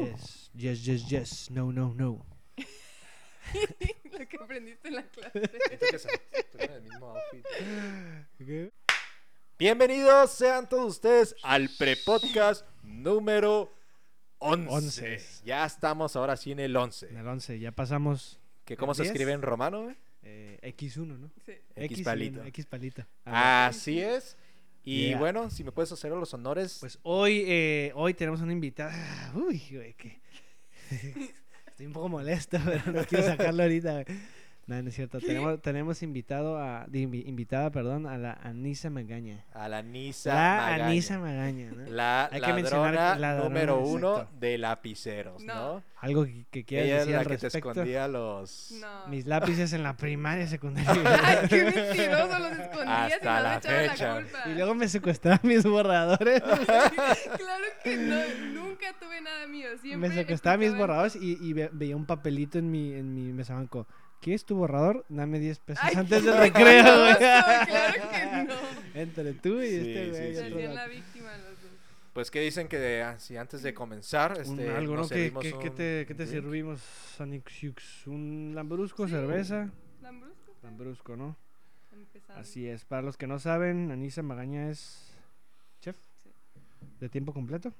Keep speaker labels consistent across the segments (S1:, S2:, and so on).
S1: Yes, yes, yes, yes. No, no, no.
S2: Lo que aprendiste en la clase.
S3: Siento que se- estoy con el mismo outfit.
S1: ¿Qué?
S3: Bienvenidos sean todos ustedes al prepodcast número 11.
S1: Once.
S3: Ya estamos ahora sí en el 11.
S1: En el 11 ya pasamos
S3: ¿Que ¿Cómo se
S1: ¿Diez?
S3: escribe en romano? güey?
S1: eh, X1, ¿no?
S2: Sí.
S3: X palito. Ah.
S1: X palito. A ver,
S3: Así es. Y
S1: Ah, Yeah.
S3: bueno, si me puedes hacer los honores.
S1: Pues hoy, eh, hoy tenemos una invitada. Uy, güey, que... Estoy un poco molesto, pero no quiero sacarlo ahorita. güey. No, no es cierto. Tenemos, tenemos invitado a, de invi- invitada, perdón, a la Anisa Magaña.
S3: a la Nisa.
S1: La
S3: Magaña.
S1: Anisa Magaña, ¿no?
S3: La
S1: Hay que mencionar
S3: ladrona
S1: que- ladrona,
S3: número uno
S1: exacto.
S3: de lapiceros, ¿no?
S2: No.
S1: Algo que, que quieras
S3: Ella es
S1: decir
S3: la
S1: al
S3: que te
S1: respecto.
S3: escondía los.
S2: No.
S1: Mis lápices en la primaria, secundaria.
S2: Ay, qué mentiroso, los escondías
S3: Hasta
S2: y no
S3: la
S2: me echaron
S3: fecha.
S2: la culpa.
S1: y luego me secuestraban mis borradores.
S2: Ah, claro que no, nunca tuve nada mío. Siempre
S1: me secuestraban mis
S2: escuchaban-
S1: borradores y, y ve- veía un papelito en mi, en mi mesabanco. ¿Quieres tu borrador? Dame 10 pesos
S2: Ay,
S1: antes del
S2: qué
S1: recreo, güey.
S2: mentiroso, Claro que no.
S1: Entre tú y
S3: Sí,
S1: este güey.
S3: sí,
S1: otro
S3: sí.
S2: Se hacían
S1: vato.
S2: la víctima los dos.
S3: Pues que dicen que de- ah, si antes de comenzar. Este,
S1: Un- algo, ¿no?
S3: nos
S1: ¿Qué,
S3: servimos
S1: qué- qué
S3: un
S1: te, qué te
S3: drink.
S1: servimos, Sonic Six? ¿Un lambrusco,
S2: Sí.
S1: cerveza?
S2: Lambrusco,
S1: Lambrusco, ¿no?
S2: empezando.
S1: Así es. Para los que no saben, Anisa Magaña es chef
S2: Sí.
S1: de tiempo completo.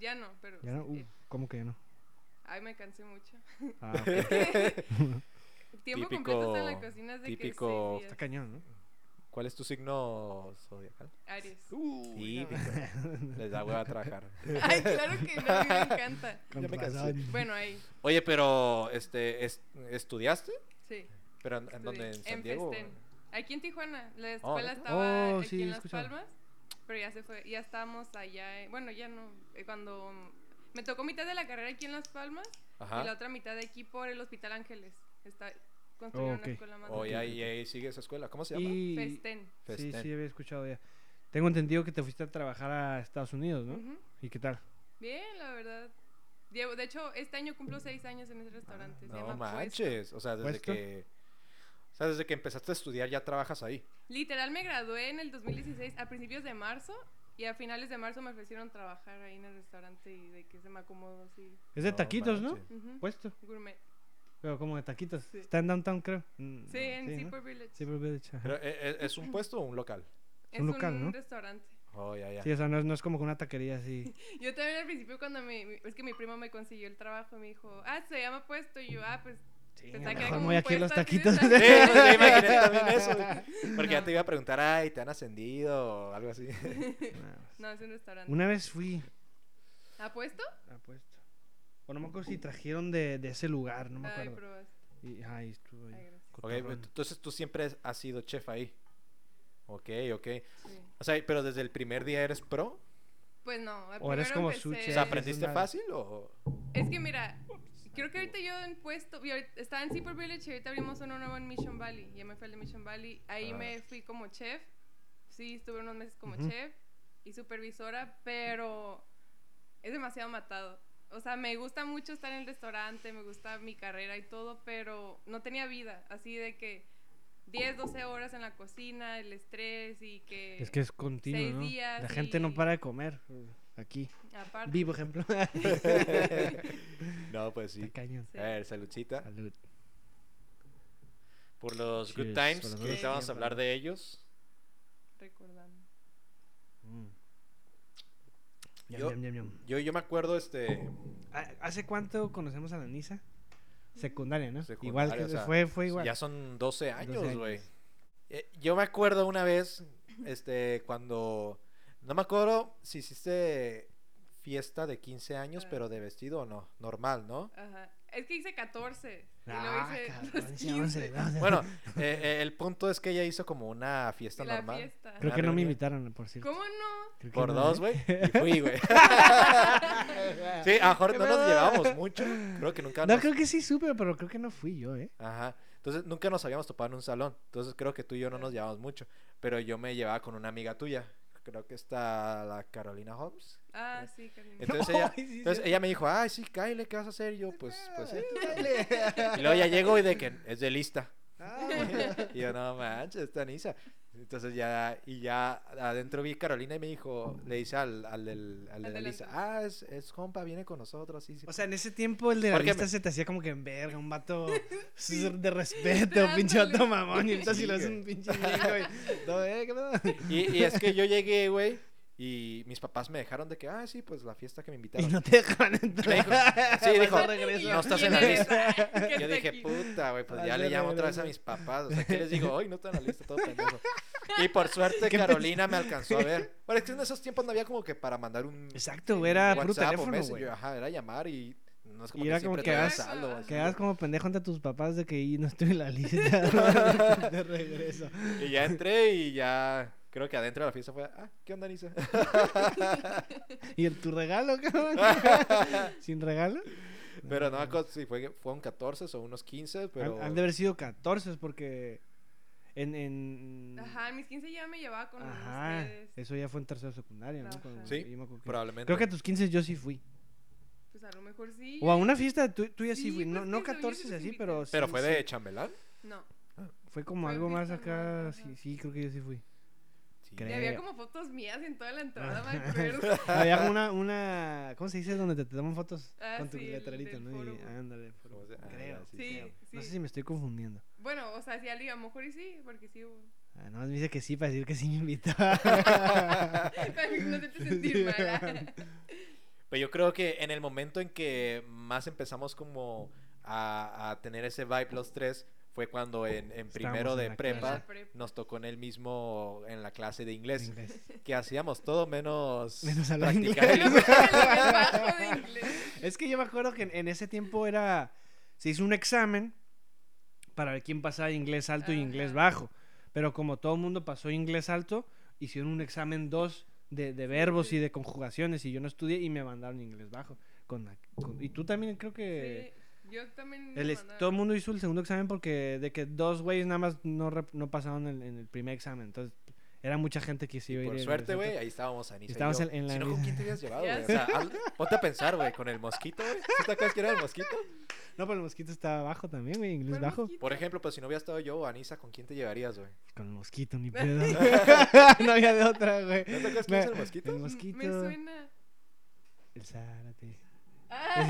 S2: Ya no, pero.
S1: ¿Ya no?
S2: sí,
S1: Uh,
S2: eh,
S1: ¿Cómo que ya no?
S2: Ay, me cansé mucho.
S1: Ah, ok.
S2: Tiempo
S3: Típico-
S2: completo está en la cocina es de
S3: típico-
S2: que seis
S1: Está
S2: días.
S1: cañón, ¿no?
S3: ¿Cuál es tu signo zodiacal?
S2: Aries.
S3: Típico. Les da hueva a trabajar.
S2: Ay, claro que no, a mí me encanta.
S1: Con
S3: Ya me cansé.
S1: razón.
S2: Bueno, ahí,
S3: Oye, pero este, es- ¿estudiaste?
S2: sí.
S3: ¿Pero en, en
S2: estudié.
S3: dónde? ¿En San Diego?
S2: Festén. Aquí en Tijuana. La
S3: Oh,
S2: escuela
S3: ¿neta?
S2: estaba
S1: Oh,
S2: aquí
S1: sí, he
S2: en Las
S1: escuchado.
S2: Palmas, pero ya se fue. Ya estábamos allá. eh, Bueno, ya no. eh, Cuando mm, me tocó mitad de la carrera aquí en Las Palmas y la
S3: Ajá.
S2: otra mitad de aquí por el Hospital Ángeles. Está construyendo
S1: ok.
S2: una escuela más.
S3: Oye,
S2: grande.
S3: Oh, ahí, ahí sigue esa escuela. ¿Cómo se llama?
S1: Y...
S2: Festén.
S1: Sí,
S3: Festén.
S1: sí, había escuchado ya. Tengo entendido que te fuiste a trabajar a Estados Unidos, ¿no?
S2: Ujú.
S1: ¿Y qué tal?
S2: Bien, la verdad. Llevo- de hecho, este año cumplo seis años en ese restaurante. se
S3: No
S2: llama Pues. Puesto.
S3: manches, o sea, desde
S1: ¿Puesto?
S3: que o sea, desde que empezaste a estudiar ya trabajas ahí.
S2: Literal me gradué en el 2016 a principios de marzo y a finales de marzo me ofrecieron trabajar ahí en el restaurante y de que se me acomodó así.
S1: Es de
S3: No
S1: taquitos,
S3: manches.
S2: Ujú.
S1: ¿no? Puesto.
S2: Gourmet.
S1: Pero como de taquitos.
S2: Sí.
S1: Está en downtown, creo. Mm,
S2: Sí, en Super Village.
S1: Sí, pero Village. ajá.
S3: Pero, ¿e- e- ¿Es un puesto o un local?
S2: es
S1: un
S2: un
S1: local, ¿no?
S2: restaurante.
S3: Oh, ya, ya.
S1: Sí, o sea, no es, no es como que una taquería así.
S2: Yo también al principio cuando me... mi- Es que mi primo me consiguió el trabajo, me dijo, ah, se llama puesto. Y yo, ah, pues...
S1: Sí,
S2: Pensaba
S1: a lo
S2: que era
S1: mejor
S2: como
S1: me voy
S2: un
S1: aquí a los
S2: puesto así de
S1: taquitos.
S2: tacos.
S3: Sí, pues, yo imaginé también eso. güey. Porque ya
S2: No.
S3: te iba a preguntar, ay, ¿te han ascendido o algo así?
S2: No, es un restaurante.
S1: Una vez fui
S2: ¿A puesto?
S1: a puesto. O no me acuerdo si trajeron de, de ese lugar, no me
S2: Ay,
S1: acuerdo.
S2: probas.
S1: Y, ay, estuvo
S2: Ay,
S1: ahí.
S2: gracias.
S3: Ok, pues,
S1: cotorrón.
S3: entonces tú siempre has sido chef ahí. Ok, ok.
S2: Sí.
S3: O sea, pero desde el primer día eres pro.
S2: Pues no.
S1: O eres
S2: primero
S1: como
S2: empecé-
S1: su
S3: O
S1: chef.
S3: sea,
S1: Eh, es
S3: ¿aprendiste
S1: una-
S3: fácil o...?
S2: Es que mira, creo que ahorita yo en puesto, y ahorita- estaba en Super Village y ahorita abrimos uno nuevo en Mission Valley. Ya me fui al de Mission Valley. Ahí
S3: Ah.
S2: me fui como chef. Sí, estuve unos meses como
S1: Ujú.
S2: chef y supervisora, pero es demasiado matado. O sea, me gusta mucho estar en el restaurante, me gusta mi carrera y todo, pero no tenía vida. Así de que 10, 12 horas en la cocina, el estrés y que...
S1: Es que es continuo,
S2: seis
S1: ¿no?
S2: días
S1: La gente no
S2: y-
S1: para de comer. eh, Aquí.
S2: aparte-
S1: Vivo ejemplo.
S3: no, pues sí.
S1: Está cañón.
S2: Sí.
S3: A ver, saludcita.
S1: Salud.
S3: Por los
S1: Cheers,
S3: good
S1: por
S3: times,
S1: los
S3: que
S2: good
S3: ahorita vamos
S1: times.
S3: a hablar de ellos.
S2: Recordando.
S1: Mm. Yum,
S3: Yo-
S1: yum, yum, yum.
S3: Yo, yo me acuerdo, este...
S1: ¿Ha- ¿Hace cuánto conocemos a la Nisa? Secundaria, ¿no?
S3: Secundaria,
S1: igual que
S3: o sea,
S1: fue, fue igual.
S3: Ya son 12 años,
S1: años.
S3: güey. Eh, Yo me acuerdo una vez, este, cuando... No me acuerdo si hiciste fiesta de 15 años,
S2: Ah.
S3: pero de vestido o no. Normal, ¿no?
S2: Ajá. Es que hice 14. y luego
S1: Ah,
S2: hice
S1: cabrón,
S2: los
S1: sí, once,
S2: 15.
S1: no, o sea,
S3: Bueno, eh, eh, el punto es que ella hizo como una fiesta
S2: La
S3: normal.
S2: fiesta.
S1: creo
S3: una
S1: que no me
S3: reunión.
S1: invitaron, por cierto.
S2: ¿Cómo no?
S1: Creo que
S3: Por
S1: no,
S3: dos,
S1: ¿eh?
S3: güey. Y fui, güey. sí, a lo mejor no nos llevábamos mucho. Creo que nunca
S1: No,
S3: nos-
S1: creo que sí supe, pero creo que no fui yo, ¿eh?
S3: Ajá. Entonces nunca nos habíamos topado en un salón. Entonces creo que tú y yo no nos llevábamos mucho. Pero yo me llevaba con una amiga tuya. Creo que está la Carolina Hobbs.
S2: Ah, sí, Carolina.
S3: Entonces ella,
S1: Ay, sí,
S3: entonces
S1: sí. Ah,
S3: ella me dijo, ay, sí, Kyle, ¿qué vas a hacer? Y yo, pues, pues sí, tú dale". Y luego ya llegó y de que es de lista.
S1: Ah, bueno.
S3: Y yo, no manches, esta Nisa. Entonces ya, y ya adentro vi Carolina y me dijo, le dice al, al, del, al de
S2: Al
S3: la
S2: del
S3: lista,
S2: antro.
S3: ah, es, es compa, viene con nosotros, sí, sí.
S1: O sea, en ese tiempo el de la
S3: Porque
S1: lista
S3: me-
S1: se te hacía como que en verga, un vato de respeto, pinche
S2: Ándale.
S1: vato mamón. Y ahorita si
S3: Sí,
S1: lo hace
S3: güey.
S1: un pinche gringo y. No, eh, ¿qué pedo?
S3: Y, y es que yo llegué, güey, y mis papás me dejaron de que, ah, sí, pues la fiesta que me
S1: Y
S3: invitaron.
S1: no te dejaban entrar.
S3: Me dijo- sí,
S1: Vas
S3: dijo,
S1: a regresar.
S3: no estás en la
S2: ¿Quién
S3: lista.
S2: eres? Ay, ¿qué
S1: Este
S3: Yo
S2: es
S3: dije,
S2: aquí?
S3: puta, güey, pues
S1: Ah,
S3: ya le
S1: ya
S3: llamo otra vez a mis
S1: regresó.
S3: papás. O sea, ¿qué les digo? Hoy no están en la lista, todo pendejo. Y por suerte Carolina me alcanzó a ver. Bueno, es que en esos tiempos no había como que para mandar un
S1: Exacto, güey, era puro
S3: WhatsApp o
S1: teléfono,
S3: Messenger.
S1: güey.
S3: Ajá, era llamar y no es como
S1: Y
S3: que
S1: era como
S3: siempre
S1: que
S3: tengas
S2: hagas-
S3: saldo, así,
S1: Quedabas
S3: güey.
S1: como pendejo ante tus papás de que "Y no estoy en la lista. de regreso.
S3: Y ya entré y ya creo que adentro de la fiesta fue, ah, ¿qué onda, Nisa?
S1: ¿Y el tu regalo, cabrón? ¿Sin regalo?
S3: Pero no, me acuerdo si fue, fue un 14 o unos 15, pero...
S1: Han, han de haber sido 14 porque en... en...
S2: Ajá, en mis 15 ya me llevaba con
S1: Ajá,
S2: ustedes.
S1: Eso ya fue en tercero de secundaria, ¿no? Cuando-
S2: Ajá.
S3: Sí,
S1: yo me acuerdo que-
S3: Probablemente.
S1: Creo que a tus 15 yo sí fui.
S2: Pues a lo mejor sí.
S1: O a una fiesta tu- tuya sí,
S2: Sí,
S1: fui. No,
S2: pues,
S1: no
S2: que según yo
S1: 14
S2: sí los
S1: así,
S2: invité.
S1: pero...
S3: Pero
S1: sí-
S3: fue
S1: sí.
S3: de chambelán.
S2: No.
S1: Fue como
S2: Fue
S1: algo más
S2: fiesta,
S1: acá...
S2: ajá.
S1: Sí, sí, creo que yo sí fui.
S3: Sí.
S1: Creo.
S2: Y
S1: Eh.
S2: había como fotos mías en toda la entrada, me acuerdo.
S1: Había como una, una... ¿Cómo se dice? Donde te, te toman fotos
S2: Ah,
S1: con tu
S2: sí, el
S1: letrerito,
S2: del
S1: ¿no?
S2: foro,
S1: Y
S2: güey.
S1: ándale. foro.
S3: Como se- ah,
S1: Creo.
S3: sí,
S2: Sí,
S1: creo.
S2: sí.
S1: No sé si me estoy confundiendo.
S2: Bueno, o sea, si alguien a lo mejor y sí, porque sí hubo.
S1: Ah, nomás me dice que sí para decir que sí me invitaba.
S2: Para no te ah. sentir mala.
S3: Pero yo creo que en el momento en que más empezamos como a, a tener ese vibe los tres fue cuando en, en primero
S1: Oh, Estábamos en
S3: de
S1: la
S3: prepa
S2: clase. Prepa.
S3: nos tocó en el mismo en la clase de inglés,
S1: Inglés.
S3: que hacíamos todo menos,
S1: Menos hablar inglés.
S3: practicar
S2: Yo creo que el nivel bajo de inglés.
S1: Es que yo me acuerdo que en, en ese tiempo era. Se hizo un examen para ver quién pasaba inglés alto y inglés
S2: Ajá.
S1: bajo. Pero como todo el mundo pasó inglés alto, hicieron un examen dos de, de verbos y de conjugaciones. Y yo no estudié y me mandaron inglés bajo. Con, la- con- y tú también creo que.
S2: Sí, yo también. me
S1: el es-
S2: mandaron.
S1: todo el mundo hizo el segundo examen porque de que dos güeyes nada más no, rep- no pasaron en, en el primer examen. Entonces era mucha gente que se iba a ir.
S3: Por
S1: de
S3: suerte,
S1: inglés alto.
S3: güey, ahí estábamos Anisa y
S1: Estábamos
S3: yo.
S1: en- en la
S3: Si no, ¿con
S1: misma-
S3: quién te habías llevado,
S2: Ya
S3: güey? O sea, al- ponte a pensar, güey, con el mosquito, güey. ¿Sí te acuerdas que era el mosquito?
S1: No, pero el mosquito estaba bajo también, güey. Inglés
S2: ¿Cuál
S1: bajo.
S2: mosquito?
S3: Por ejemplo, pues si no hubiera estado yo o Anisa, ¿con quién te llevarías, güey?
S1: Con el mosquito, ni pedo. no había de otra, güey.
S3: ¿No te acuerdas quién
S1: Me-
S3: es el mosquito?
S1: El
S2: M-
S1: mosquito.
S2: Mm, Me suena.
S1: El zárate.
S2: Ah,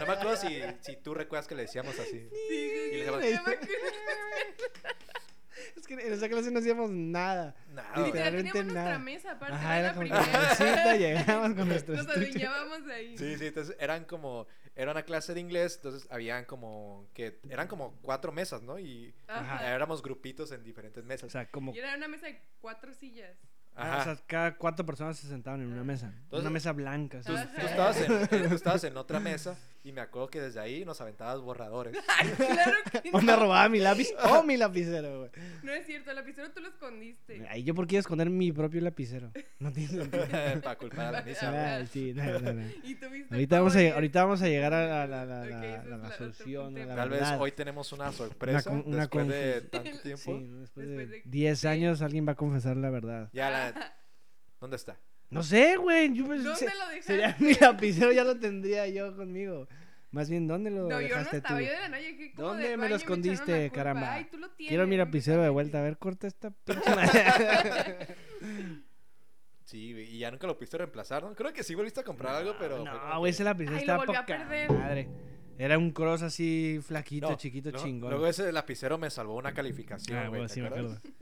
S3: No me acuerdo si, si tú recuerdas que le decíamos así.
S2: sí, sí,
S3: Y le
S2: sí,
S3: daba-
S2: me acuerdo.
S1: Es que en esa clase no hacíamos nada.
S3: Nada,
S1: Y
S3: güey.
S2: Literal,
S1: Literalmente
S2: teníamos nuestra
S1: nada.
S2: mesa, aparte.
S1: Ajá,
S2: era
S1: era
S2: la
S1: como que
S2: primera.
S1: cita, llegábamos con nuestro
S2: Nos
S1: estuche.
S2: adueñábamos de ahí.
S3: Sí, sí, entonces eran como, era una clase de inglés, entonces habían como, que eran como cuatro mesas, ¿no? Y
S1: Ajá.
S2: Ajá.
S3: éramos grupitos en diferentes
S1: Ah. O
S3: mesas.
S1: sea, como.
S2: Y era una mesa de cuatro sillas.
S1: ah, O
S3: Ajá.
S1: sea, cada cuatro personas se sentaban en una mesa. una
S3: Entonces-
S1: mesa blanca. así.
S3: Tú,
S2: Ajá.
S3: tú estabas en, tú estabas en otra mesa y me acuerdo que desde ahí nos aventabas borradores.
S2: Claro que
S1: O me
S2: no.
S1: robaba mi lápiz o Oh, mi lapicero, güey.
S2: No es cierto, el lapicero tú lo escondiste.
S1: Ahí yo por qué iba a esconder mi propio lapicero. No tiene sentido.
S3: Para culpar a la Nisa.
S1: Ah, sí, no, no, no.
S2: Y tuviste.
S1: Ahorita
S2: todo
S1: vamos, a,
S2: el-
S1: ahorita vamos a llegar a la, la, la,
S2: Ok,
S1: la-
S2: esa
S1: la-
S2: es
S1: la
S2: la-
S1: solución.
S2: otro
S1: a la
S3: Tal vez
S1: verdad.
S3: hoy tenemos una sorpresa
S1: con- una
S3: después de
S1: confusión.
S3: tanto tiempo.
S1: Sí, ¿no? después,
S2: Después
S1: de
S2: de
S1: 10
S2: que-
S1: años alguien va a confesar la verdad.
S3: Ya la... ¿Dónde está?
S1: No sé, güey. Yo pues,
S2: ¿Dónde
S1: se-
S2: lo dejaste?
S1: sería mi lapicero, ya lo tendría yo conmigo. Más bien, ¿dónde lo
S2: No, yo no
S1: dejaste
S2: estaba,
S1: tú?
S2: yo de la noche que como
S1: ¿Dónde
S2: del
S1: me lo
S2: baño echaron la
S1: escondiste,
S2: culpa.
S1: caramba?
S2: Ay, tú lo tienes.
S1: Quiero mi
S2: no me
S1: lapicero de
S2: sabes.
S1: vuelta. A ver, corta esta pinche madre.
S3: Sí, güey, y ya nunca lo pudiste reemplazar, ¿no? Creo que sí volviste a comprar algo, pero... fue como
S1: No, güey,
S3: que-
S1: ese lapicero
S2: Ay, lo
S1: estaba
S2: volví a
S1: poca
S2: perder.
S1: madre. Era un cross así flaquito,
S3: No,
S1: chiquito,
S3: luego-
S1: chingón.
S3: Luego ese lapicero me salvó una calificación,
S1: Ah,
S3: güey,
S1: güey,
S3: ¿te
S1: sí me
S3: acuerdas?
S1: acuerdo.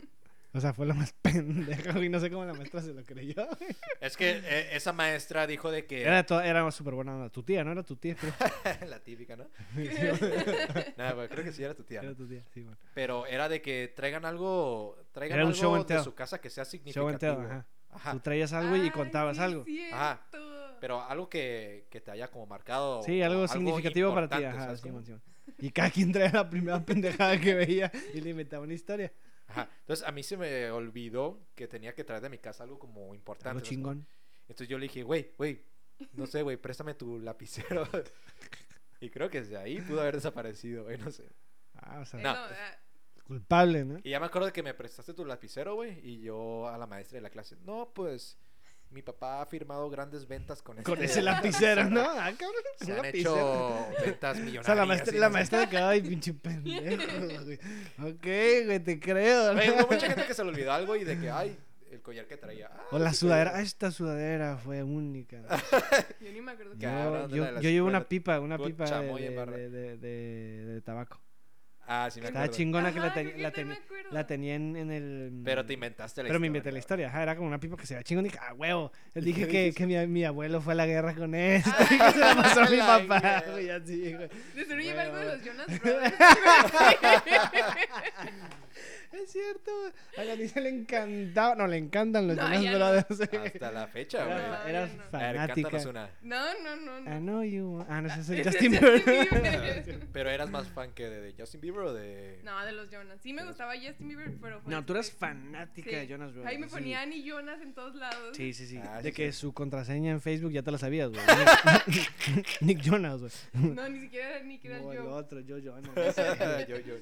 S1: O sea, fue lo más pendejo y no sé cómo la maestra se lo creyó. güey.
S3: Es que eh, esa maestra dijo de que...
S1: Era, to- era súper buena. onda. Tu tía, ¿no? Era tu tía, creo.
S3: la típica, ¿no? Nada, güey, creo que sí era tu tía.
S1: Era
S3: ¿no?
S1: tu tía, sí, bueno.
S3: Pero era de que traigan algo, traigan
S1: Era un
S3: algo
S1: show
S3: de
S1: entero.
S3: su casa que sea
S1: Show
S3: significativo.
S1: entero, ajá.
S3: Ajá,
S1: Tú traías algo y
S2: Ay,
S1: contabas
S2: sí,
S1: algo.
S2: cierto.
S3: Ajá. Pero algo que, que te haya como marcado.
S1: Sí,
S3: o
S1: algo, significativo para ti.
S3: importante,
S1: Ajá,
S3: ¿sabes
S1: sí,
S3: cómo?
S1: Simón, Simón. Y cada quien traía la primera pendejada que veía y le inventaba una historia.
S3: Ajá. Entonces a mí se me olvidó que tenía que traer de mi casa algo como importante.
S1: Algo
S3: ¿sabes cómo?
S1: chingón.
S3: Entonces yo le dije, güey, güey, no sé, güey, préstame tu lapicero. y creo que desde ahí pudo haber desaparecido, güey, no sé.
S1: Ah, o sea,
S2: Eh,
S3: No.
S2: no, ah,
S1: culpable, ¿no?
S3: Y ya me acuerdo de que me prestaste tu lapicero, güey, y yo a la maestra de la clase, no, pues, Mi papá ha firmado grandes ventas con,
S1: Con
S3: este-
S1: ese lapicero, ¿no? Ah, cabrón.
S3: Se
S1: un
S3: han
S1: lapicero.
S3: hecho ventas
S1: O sea,
S3: millonarias.
S1: la maestra,
S3: y
S1: la
S3: no sé-
S1: maestra de que, ay, pinche pendejo, güey. Ok, güey, te creo. ¿no?
S3: Oye, hubo mucha gente que se le olvidó algo y de que, ay, el collar que traía. ah,
S1: O la
S3: sí,
S1: sudadera, esta sudadera fue única. ¿no?
S2: Yo ni me acuerdo que.
S3: Ah,
S1: Yo,
S3: Cabrón, de
S1: yo,
S3: la de la
S1: yo llevo una
S3: escuela,
S1: pipa, una
S3: con
S1: pipa de,
S3: chamoy en
S1: de-
S3: barra.
S1: de- de- de- de tabaco.
S3: Ah, sí me
S1: Estaba
S3: acuerdo.
S1: chingona que la,
S2: Ajá,
S1: ten-
S2: creo que
S1: la
S2: yo
S1: ten-
S2: también me acuerdo.
S1: la tenía en, en el... mm,
S3: Pero te inventaste la historia.
S1: Pero me inventé la
S3: cabrón.
S1: historia, ajá, era como una pipa que se veía chingón y dije, ah, huevo. Le dije que, que mi, mi abuelo fue a la guerra con él.
S2: Ah,
S3: Ay,
S1: se la pasó a mi
S3: Ah, la
S1: papá,
S3: mierda.
S1: güey, así, güey.
S2: De seguro lleva algo de
S1: Bueno.
S2: los Jonas Brothers.
S1: Es cierto, a la niña le encantaba, no, le encantan los
S2: No,
S1: Jonas
S2: ya no.
S1: Brothers.
S3: Hasta la fecha, Ah, güey.
S1: Era,
S2: güey.
S1: era
S2: No, no, no.
S3: A ver, cántanos
S1: fanática.
S3: una.
S2: No, no, no. no.
S1: I know you. want- Ah, no, ese es el
S2: Ese es
S1: Justin
S2: Justin
S1: Bieber.
S2: Bieber.
S3: Pero eras más fan que de, de Justin Bieber o de.
S2: No, de los Jonas. Sí me
S3: Pero-
S2: gustaba Justin Bieber, pero... fue
S1: No, tú eras
S2: después.
S1: fanática de
S2: Sí.
S1: Jonas Brothers.
S2: Ahí me
S1: sí.
S2: ponían y Jonas en todos lados.
S1: Sí, sí, sí.
S3: Ah,
S1: de
S3: sí,
S1: que
S3: sí.
S1: su contraseña en Facebook ya te la sabías, güey. Nick Jonas, güey.
S2: No, ni siquiera era ni que era
S1: No, el
S2: yo.
S1: otro, yo Jonas.
S3: yo, yo.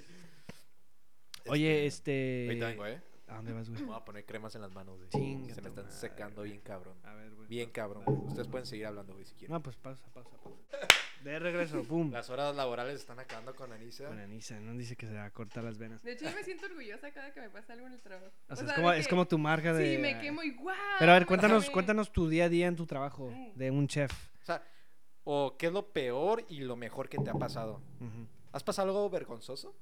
S1: Oye,
S3: Ahorita
S1: este.
S3: vengo, eh.
S1: ¿A dónde vas, güey?
S3: Me voy a poner cremas en las manos, güey.
S1: Chinga
S3: Se me
S1: tu
S3: están
S1: madre,
S3: secando
S1: güey.
S3: bien cabrón.
S1: A ver, güey.
S3: Bien cabrón. güey. Ustedes pueden seguir hablando, güey, si quieren.
S1: No, pues pausa, pausa, pausa. De regreso, pum.
S3: Las horas laborales están acabando con Anisa.
S1: Con Anisa, no dice que se va a cortar las venas.
S2: De hecho, yo me siento orgullosa cada que me pasa algo en el trabajo.
S1: O sea,
S2: de
S1: es, como,
S2: que-
S1: es como tu marca de.
S2: Sí, me quemo y guau.
S1: Pero a ver,
S2: me
S1: cuéntanos,
S2: quemé.
S1: cuéntanos tu día a día en tu trabajo
S2: Mm.
S1: de un chef.
S3: O sea, o qué es lo peor y lo mejor que te ha pasado.
S1: Ujú.
S3: ¿Has pasado algo vergonzoso?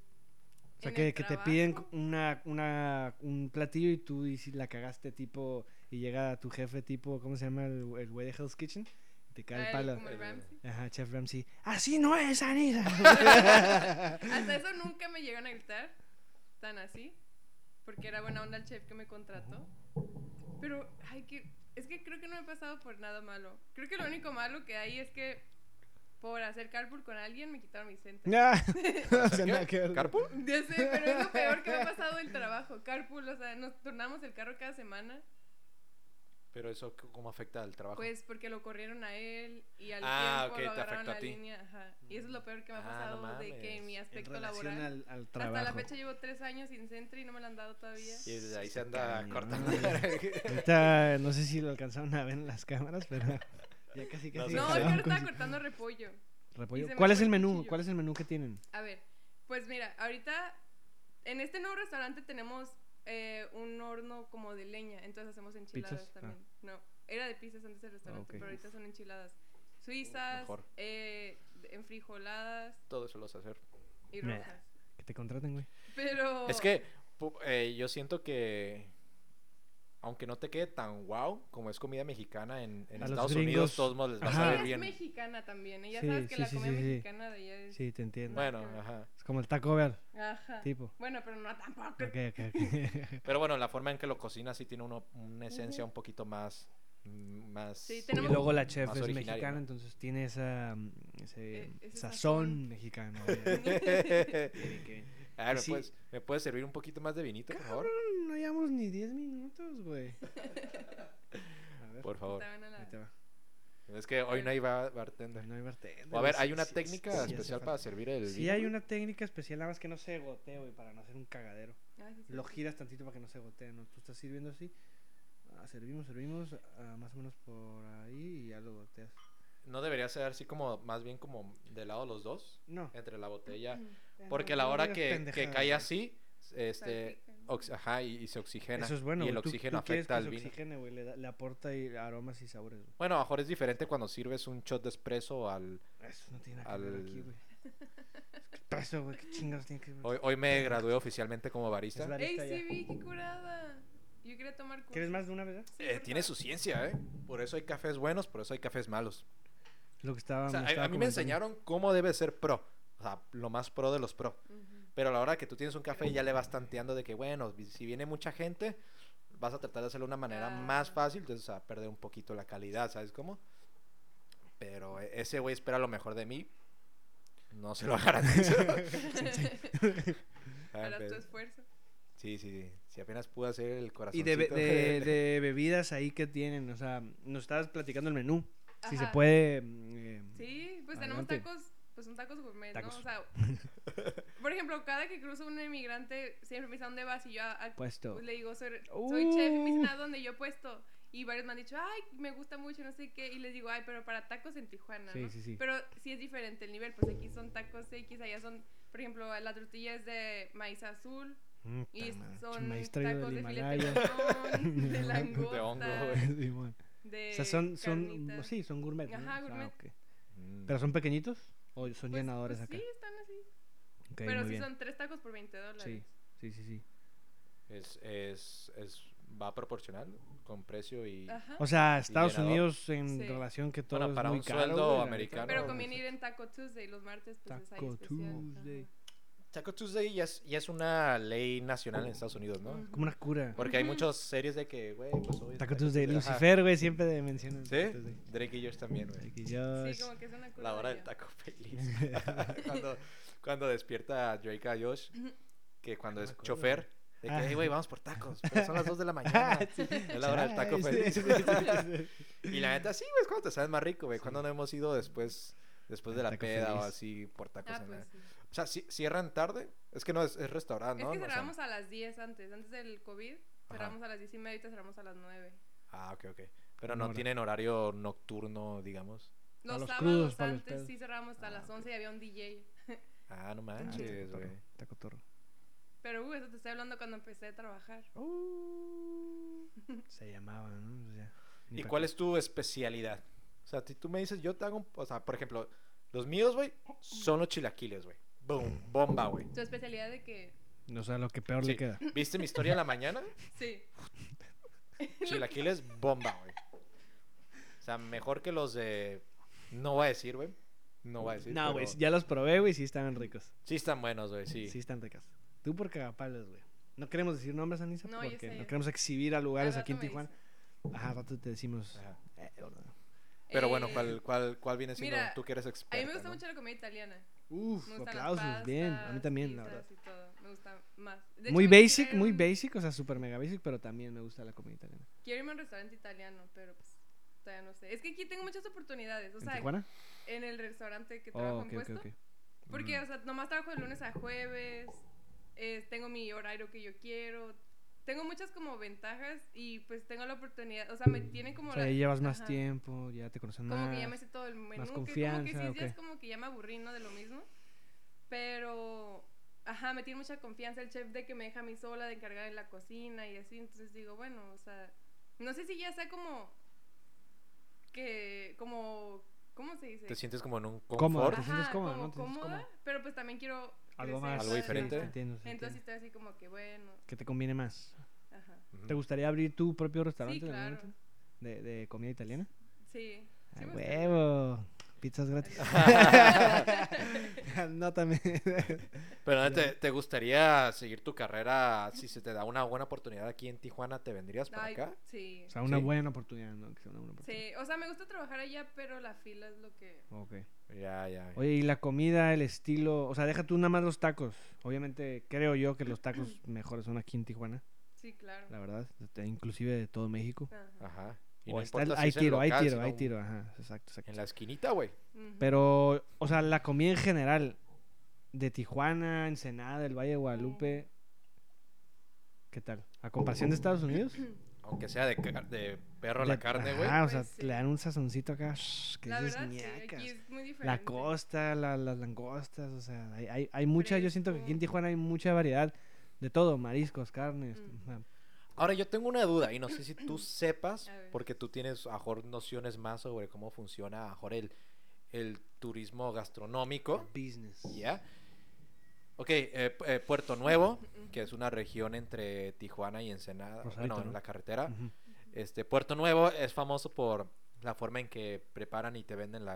S1: O sea,
S2: ¿En
S1: que,
S2: el
S1: que te piden
S2: trabajo?
S1: una, una, un platillo y tú y si la cagaste, tipo, y llega tu jefe, tipo, ¿cómo se llama? El, el güey de Hell's Kitchen, y te cae el
S2: Ay,
S1: palo.
S2: ah, como el Ramsey.
S1: Ajá, Chef Ramsey. ¡Así no es, Anita!
S2: Hasta eso nunca me llegaron a gritar tan así. Porque era buena onda el chef que me contrató. Pero, ay, que. Es que creo que no me he pasado por nada malo. Creo que lo único malo que hay es que por hacer carpool con alguien me quitaron mi centro.
S1: Ya. O sea,
S3: ¿Qué?
S1: nada que ver.
S3: ¿Carpool?
S2: Ya sé, pero es lo peor que me ha pasado del trabajo. Carpool, o sea, nos tornamos el carro cada semana.
S3: Pero eso, c- ¿cómo afecta al trabajo?
S2: Pues porque lo corrieron a él y al
S3: Ah,
S2: tiempo
S3: ok,
S2: lo
S3: te
S2: agarraron
S3: afectó a
S2: a
S3: ti.
S2: línea. ajá. Y eso es lo peor que me ha
S3: Ah, no
S2: pasado de que en mi
S3: mames.
S1: En
S2: aspecto
S1: relación
S2: laboral.
S1: al, al trabajo.
S2: Hasta la fecha llevo tres años sin Sentry y no me lo han dado todavía.
S3: y desde ahí
S1: Está
S3: se anda
S1: cañón,
S3: cortando.
S1: Ahorita, no sé si lo alcanzaron a ver en las cámaras, pero ya casi
S3: No,
S1: casi.
S3: Sí,
S1: acabaron
S2: no, yo ahora
S1: con
S2: estaba
S1: su-
S2: cortando repollo.
S1: repollo.
S2: y se me
S1: ¿Cuál
S2: fue
S1: es el
S2: el
S1: menú?
S2: cuchillo.
S1: ¿Cuál es el menú que tienen?
S2: A ver, pues mira, ahorita en este nuevo restaurante tenemos eh, un horno como de leña, entonces hacemos enchiladas
S1: ¿Pizzas? Ah.
S2: también. No, era de pizzas antes del restaurante,
S1: ok.
S2: pero ahorita son enchiladas suizas,
S3: mejor.
S2: eh, de- enfrijoladas
S3: Todo eso lo sé hacer.
S2: y
S1: Nah.
S2: rojas.
S1: Que te contraten, güey.
S2: Pero
S3: Es que pu- eh, yo siento que, aunque no te quede tan wow como es comida mexicana en, en
S1: A los
S3: Estados
S1: gringos.
S3: Unidos, todos modos les va
S1: Ajá.
S3: a
S2: ella
S3: saber
S2: es
S3: bien.
S2: mexicana también, ella
S1: Sí,
S2: sabes que
S1: sí,
S2: la
S1: sí,
S2: comida
S1: sí, sí.
S2: mexicana de ella es...
S1: Sí, te entiendo.
S3: Bueno, Ah.
S2: Nada que ver.
S3: ajá.
S1: Es como el Taco Bell,
S2: Ajá.
S1: tipo.
S2: Bueno, pero no tampoco.
S1: Ok, ok, ok.
S3: Pero bueno, la forma en que lo cocinas sí tiene uno- una esencia un poquito más. mm, más
S2: Sí,
S1: Y
S2: tenemos-
S1: luego la chef
S3: más
S1: es
S3: originaria,
S1: mexicana,
S3: ¿no? Eh,
S1: entonces tiene esa mm, ese
S2: E- ese
S1: sazón,
S2: sazón.
S1: mexicano. obviamente, que-
S3: A ver, ¿me,
S1: Sí.
S3: puedes, pues, ¿me puedes servir un poquito más de vinito, por favor?
S1: Mm, No llevamos ni 10 minutos, güey. A ver,
S3: Por favor.
S2: Estaban a la-
S1: ahí te va.
S3: Es que hoy no hay ba- bartender.
S1: No hay bartender,
S3: O a ver,
S1: sí,
S3: ¿hay una
S1: sí, sí,
S3: técnica
S1: sí, hace
S3: especial
S1: falta.
S3: para servir el
S1: Sí
S3: vino?
S1: hay una técnica especial, nada más que no se gotee, güey, para no hacer un cagadero.
S2: Ah, sí, sí,
S1: Lo
S2: sí.
S1: giras tantito para que no se gotee, ¿no? Tú estás sirviendo así. ah, servimos, servimos, ah, más o menos por ahí y ya lo goteas.
S3: ¿No debería ser así como, más bien como de lado los dos?
S1: No.
S3: Entre la botella.
S2: Mm,
S3: Porque a
S1: no,
S3: la
S1: no
S3: hora
S1: digas
S3: que, que
S1: pendejadas,
S3: cae
S1: güey.
S3: así, este,
S2: Salpica, ¿no?
S3: ox- ajá, y, y se oxigena.
S1: Eso es bueno.
S3: Y el
S1: güey, tú-
S3: oxígeno
S1: tú quieres
S3: afecta
S1: que
S3: al
S1: se
S3: vino.
S1: oxigene, güey, le, da- le aporta y aromas y sabores. güey.
S3: Bueno, a lo mejor es diferente cuando sirves un shot de espresso al...
S1: Eso no tiene nada que ver aquí,
S3: Al-
S1: güey. ¿Qué pasa, güey? ¿Qué chingados tiene que ver?
S3: Hoy, hoy me gradué oficialmente como barista.
S1: Es barista
S2: Ey,
S1: ya.
S2: sí vi, qué curada. Yo quería tomar curso.
S1: ¿Quieres más de una verdad?
S3: Eh, tiene su ciencia, ¿eh? Por eso hay cafés buenos, por eso hay cafés malos.
S1: Lo que estaba.
S3: O sea,
S1: Ah, me
S3: a- a,
S1: estaba
S3: mí me
S1: comentando.
S3: enseñaron cómo debe ser pro. O sea, lo más pro de los pro. Pero a la hora que tú tienes un café ya le vas tanteando de que, bueno, vi- si viene mucha gente, vas a tratar de hacerlo de una manera más
S2: Ah.
S3: fácil, entonces a perder un poquito la calidad, ¿sabes cómo? Pero e- ese güey espera lo mejor de mí. No se lo garantizo. Ah,
S2: Para tu
S3: pero-
S2: esfuerzo.
S3: sí, sí, sí. Si apenas pude hacer el corazón.
S1: Y de, be- de- de bebidas ahí que tienen. O sea, nos estabas platicando el menú. Si se
S2: Ajá.
S1: puede. mm, eh,
S2: Sí, pues tenemos
S1: Adelante.
S2: tacos, pues son tacos gourmet,
S1: Tacos.
S2: ¿no? O sea, por ejemplo, cada que cruzo un inmigrante, siempre me dice, ¿a dónde vas? Y yo a- a-
S1: eh, Puesto. Uh.
S2: pues, le digo, soy, soy chef y me dice, ¿a dónde? Y yo puesto. Y varios me han dicho, ay, me gusta mucho, no sé qué. Y les digo, ay, pero para tacos en Tijuana,
S1: Sí,
S2: ¿no?
S1: sí, sí.
S2: Pero sí es diferente el nivel, pues aquí son tacos X, allá son, por ejemplo, la tortilla es de maíz azul. Y son
S1: maíz traído del
S2: tacos de
S1: Himalaya.
S2: filete de de langosta,
S3: De
S2: de
S3: hongo, güey.
S1: Simón.
S2: de
S1: o sea, son, son,
S2: Eh, carnitas.
S1: sí, son gourmet. ¿no?
S2: Ajá,
S1: O sea,
S2: gourmet.
S1: ok.
S3: Mm.
S1: ¿Pero son pequeñitos o son
S2: Pues-
S1: llenadores
S2: pues
S1: acá?
S2: Sí, están así.
S1: Ok,
S2: pero
S1: muy
S2: sí
S1: bien.
S2: son tres tacos por 20 dólares.
S1: Sí, sí, sí, sí.
S3: Es, es, es, va proporcional con precio y...
S2: Ajá.
S1: O sea, Estados
S3: llenador?
S1: Unidos en
S2: Sí.
S1: relación que todo
S3: Bueno,
S1: es
S3: para
S1: muy
S3: un
S1: caro,
S3: sueldo
S1: güey, la
S3: americano,
S1: neta.
S2: pero conviene ir en Taco Tuesday los martes, pues es ahí
S1: Taco
S2: especial. ajá.
S1: Tuesday.
S3: Taco Tuesday ya es, ya es una ley nacional en Estados Unidos, ¿no?
S2: Ujú.
S1: Como una cura.
S3: Porque hay
S2: Ujú.
S3: muchas series de que, güey, pues hoy es
S1: Taco Tuesday.
S3: Ajá.
S1: Lucifer, güey, siempre de- mencionan. Taco Tuesday.
S3: ¿Sí? Drake y Josh también, güey.
S1: Aquí yo-
S2: Sí, como que es una cosa
S3: La hora
S2: de
S3: del
S2: allá.
S3: taco feliz. cuando, cuando despierta a Drake a Josh, que cuando
S1: Ah, me
S3: es
S1: acuerdo,
S3: chofer, de que,
S1: Ah.
S3: "Hey, güey, vamos por tacos, pero son las 2 de la mañana.
S1: Ah,
S3: es la hora del taco
S1: Ay,
S3: feliz.
S1: sí, sí, sí,
S3: y la neta, sí, güey, es cuando te sabes más rico, güey.
S1: Sí.
S3: Cuando no hemos ido después después de
S1: Al
S3: la
S1: taco
S3: peda o
S1: feliz.
S3: así por tacos.
S2: Ah,
S3: en la-
S2: pues sí.
S3: O sea, ¿sí- ¿cierran tarde? Es que no, es, es restaurante,
S2: Es
S3: ¿no?
S2: que
S3: O sea,
S2: cerramos a las 10 antes, antes del COVID. Cerramos a las 10 y media y te cerramos a las 9.
S3: Ah, ok, ok. Pero
S1: Una
S3: no
S1: hora.
S3: tienen horario nocturno, digamos.
S1: Para
S2: Los,
S1: los
S2: sábados
S1: crudos, para los
S2: antes
S1: pedos.
S2: sí cerramos hasta
S3: Ah,
S2: las 11 y había un DJ.
S3: Ah, no
S1: sí.
S3: manches, güey.
S1: Está cotorro.
S2: Pero uh, eso te estoy hablando cuando empecé a trabajar.
S1: Uh. Se llamaba, ¿no? O sea, ni
S3: ¿Y
S1: pa'
S3: cuál
S1: qué.
S3: es tu especialidad? O sea, si tú me dices, yo te hago un... O sea, por ejemplo, los míos, güey, son los chilaquiles, güey. Boom, bomba, güey.
S2: Tu especialidad de que.
S1: O sea, lo que peor
S3: Sí.
S1: le queda.
S3: ¿Viste mi historia en la mañana?
S2: Sí.
S3: Chilaquiles, bomba, güey. O sea, mejor que los de... No voy a decir, güey. No voy a decir.
S1: no,
S3: pero
S1: güey, ya los probé, güey, sí estaban ricos.
S3: Sí están buenos, güey, sí.
S1: Sí, están ricas. Tú por cagapalos, güey. No queremos decir nombres, Anisa,
S2: No, yo
S1: porque
S2: sé,
S1: no
S2: yo
S1: queremos exhibir a lugares
S2: Al
S1: aquí en
S2: rato me
S1: Tijuana. Ajá, al rato te decimos.
S3: Ajá.
S1: eh, gordo.
S3: Pero bueno,
S2: Eh,
S3: ¿cuál, cuál, cuál viene siendo?
S2: mira,
S3: tú que eres
S2: A
S3: experta,
S2: mí me gusta
S3: ¿no?
S2: mucho la comida italiana.
S1: Uf,
S2: Me gustan las
S1: aplausos, bien. A mí
S2: pastas,
S1: también, la
S2: pizzas
S1: verdad.
S2: y todo, Me gusta más. De hecho,
S1: Muy
S2: me quiero
S1: basic,
S2: ir a
S1: muy
S2: un-
S1: basic, o sea, super mega basic, pero también me gusta la comida italiana.
S2: Quiero irme a un restaurante italiano, pero pues todavía no sé. Es que aquí tengo muchas oportunidades. O
S1: ¿En
S2: sea,
S1: Tijuana?
S2: en el restaurante que trabajo
S1: Oh,
S2: en
S1: ok, ok,
S2: puesto.
S1: ok.
S2: Porque,
S3: Mm.
S2: o sea, nomás trabajo de lunes a jueves, eh, tengo mi horario que yo quiero, tengo muchas como ventajas y pues tengo la oportunidad, o sea, me tienen como
S1: O sea,
S2: la-
S1: ya llevas
S2: ajá,
S1: más tiempo, ya te conocen
S2: Como que ya me
S1: más.
S2: sé todo el menú, que como que sí,
S1: confianza,
S2: ya es
S1: ok.
S2: como que ya me aburrí, ¿no? De lo mismo, pero, ajá, me tiene mucha confianza el chef de que me deja a mí sola de encargar en la cocina y así, entonces digo, bueno, o sea, no sé si ya sea como, que, como, ¿cómo se dice?
S3: Te sientes como en un confort.
S1: Cómoda, te
S2: Ajá,
S1: sientes cómoda,
S2: como
S1: ¿no? Te sientes
S2: cómoda,
S1: cómoda.
S2: pero pues también quiero
S1: Algo
S2: crecer,
S1: más.
S3: Algo
S2: ¿sabes?
S3: diferente.
S1: Sí, te
S2: Ajá.
S1: entiendo, sí, te
S2: Entonces
S1: entiendo.
S2: estoy así como que bueno.
S1: ¿Qué te conviene más?
S2: Ajá.
S3: Ujú.
S1: ¿Te gustaría abrir tu propio restaurante
S2: Sí,
S1: en algún
S2: claro.
S1: momento? de, de comida italiana?
S2: Sí. sí
S1: ¡A
S2: me gustaría.
S1: huevo! Pizzas gratis. no, también.
S3: Pero ¿te, te gustaría seguir tu carrera si se te da una buena oportunidad aquí en Tijuana? ¿Te vendrías para
S2: Ay,
S3: acá?
S2: Sí.
S1: o sea, una
S3: Sí.
S1: buena oportunidad, ¿no? Que sea una buena oportunidad.
S2: Sí. O sea, me gusta trabajar allá, pero la fila es lo que.
S1: Ok.
S3: Ya, ya.
S1: Oye, y la comida, el estilo. O sea, deja tú nada más los tacos. Obviamente, creo yo que los tacos mejores son aquí en Tijuana,
S2: Sí, claro.
S1: la verdad. este, Inclusive de todo México.
S2: Ajá.
S3: Ajá. Y
S1: O
S3: no
S1: está el-
S3: importa si
S1: hay
S3: es en
S1: tiro, hay
S3: local,
S1: tiro,
S3: sino
S1: hay tiro. Ajá, exacto, exacto.
S3: En la esquinita, güey.
S2: Ujú.
S1: Pero, o sea, la comida en general, de Tijuana, Ensenada, del Valle de Guadalupe, ¿qué tal? ¿A comparación de Estados Unidos?
S3: Aunque sea de, ca- de perro a la
S1: De-
S3: carne, güey.
S1: ajá, o
S2: Pues
S1: sea,
S2: sí.
S1: le dan un sazoncito acá, shh, que
S2: La
S1: dices,
S2: verdad, sí,
S1: "Ñacas".
S2: aquí es muy diferente.
S1: La costa, la- las langostas, o sea, hay, hay, hay mucha, yo siento que aquí en
S2: Fresco.
S1: Tijuana hay mucha variedad de todo, mariscos, carnes.
S2: Mm.
S1: o sea,
S3: Ahora, yo tengo una duda y no sé si tú sepas,
S2: A ver.
S3: porque tú tienes, a lo mejor, nociones más sobre cómo funciona, a lo mejor, el, el turismo gastronómico.
S1: business.
S3: Ya. Ok, eh, pu- eh, Puerto Nuevo, que es una región entre Tijuana y Ensenada,
S1: Rosarito,
S3: bueno, en
S1: ¿no?
S3: la carretera.
S1: Ujú.
S3: Este, Puerto Nuevo es famoso por la forma en que preparan y te venden la,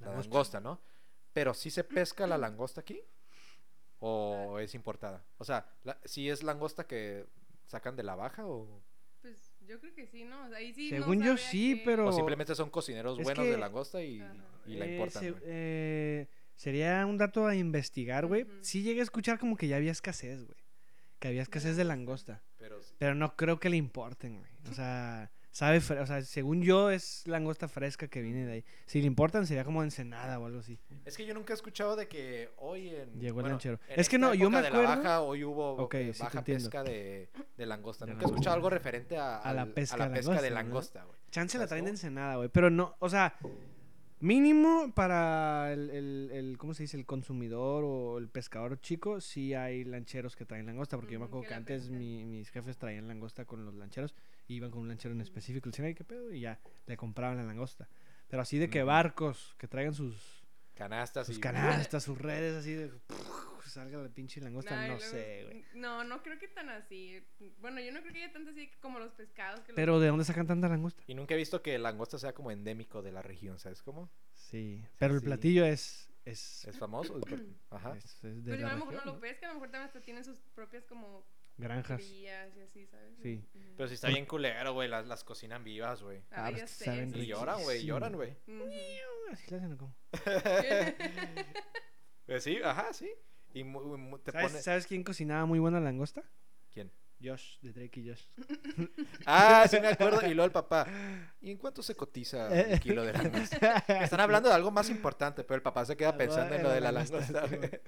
S3: la
S1: Langosta.
S3: langosta, ¿no? Pero si se pesca la langosta aquí o
S2: Ah.
S3: es importada? O sea, si es langosta que sacan de la baja o,
S2: Pues yo creo que sí, ¿no? O sea, ahí sí. no
S1: Según yo
S2: sabría
S1: sí,
S2: qué-
S1: pero...
S3: o simplemente son cocineros
S1: es
S3: buenos
S1: que-
S3: de langosta y,
S2: Ajá.
S3: y la
S1: Eh,
S3: importan.
S1: se-
S3: güey.
S1: eh, sería un dato a investigar, güey.
S2: Ujú.
S1: Sí llegué a escuchar como que ya había escasez, güey. Que había escasez de langosta.
S3: Pero sí.
S1: Pero no creo que le importen, güey. O sea, Sabe, fre- o sea, según yo es langosta fresca que viene de ahí. Si le importan sería como ensenada o algo así.
S3: Es que yo nunca he escuchado de que hoy en.
S1: Llegó el
S3: bueno,
S1: lanchero.
S3: en
S1: Es que
S3: esta
S1: no, yo
S3: época
S1: me
S3: de la
S1: acuerdo-
S3: baja, hoy hubo
S1: Ok,
S3: eh,
S1: sí te
S3: baja
S1: entiendo.
S3: pesca de, de langosta.
S1: De
S3: Nunca he escuchado
S1: langosta.
S3: algo referente a,
S1: A la
S3: al-
S1: pesca
S3: la
S1: de
S3: pesca de
S1: langosta,
S3: langosta, güey.
S1: Chance la
S3: ¿Sabes
S1: traen de
S3: cómo?
S1: ensenada, güey. Pero no, o sea, mínimo para el, el- el- ¿cómo se dice? El consumidor o el pescador chico, sí hay lancheros que traen langosta. Porque yo me
S2: Ujú,
S1: acuerdo
S2: que
S1: que,
S2: la
S1: antes
S2: pescan.
S1: mi- mis jefes traían langosta con los lancheros. y iban con un lanchero en
S2: Ujú.
S1: específico, le decían, "Ay, ¿qué pedo? Y ya, le compraban la langosta. Pero así de que
S3: Ujú.
S1: barcos que traigan sus,
S3: Canastas
S1: sus
S3: y.
S1: Pues canastas, sus redes, así de... salga la pinche langosta,
S2: Nah, y
S1: no
S2: luego-
S1: sé, güey.
S2: No, no creo que tan así. Bueno, yo no creo que haya tanto así como los pescados. Que los-
S1: Pero ¿de dónde sacan tanta langosta?
S3: Y nunca he visto que langosta sea como endémico de la región, ¿sabes cómo?
S1: Sí, pero el
S3: sí.
S1: platillo es... es,
S3: Es famoso. Ajá.
S1: es- es de
S2: Pero
S1: la
S2: igual Pues, a lo mejor
S1: región,
S2: no
S1: ¿no?
S2: lo pescan, a lo mejor también hasta tienen sus propias como
S1: Granjas.
S2: crías y así, ¿sabes?
S1: Sí.
S2: Ujú.
S3: Pero si está bien culero, güey. Las, las cocinan vivas, güey.
S2: Ah,
S1: Ah,
S2: ya
S1: pues,
S2: sé.
S1: saben
S2: sí.
S3: Y lloran, güey.
S1: Riquísimo.
S3: Lloran, güey.
S2: Ujú.
S1: Así Ah,
S2: Pues,
S1: le hacen, ¿o cómo?
S3: Eh, sí, ajá, sí. Y mu- mu- te
S1: ¿Sabes,
S3: pone.
S1: sabes quién cocinaba muy buena langosta?
S3: ¿Quién?
S1: Josh, de Drake y Josh.
S3: Ah, sí me acuerdo. Y luego el papá. ¿Y en cuánto se cotiza
S1: Eh.
S3: un kilo de langosta? Están hablando de algo más importante, pero el papá se queda
S1: Algo
S3: pensando en
S1: de
S3: lo de
S1: la
S3: la
S1: langosta,
S3: langosta. güey.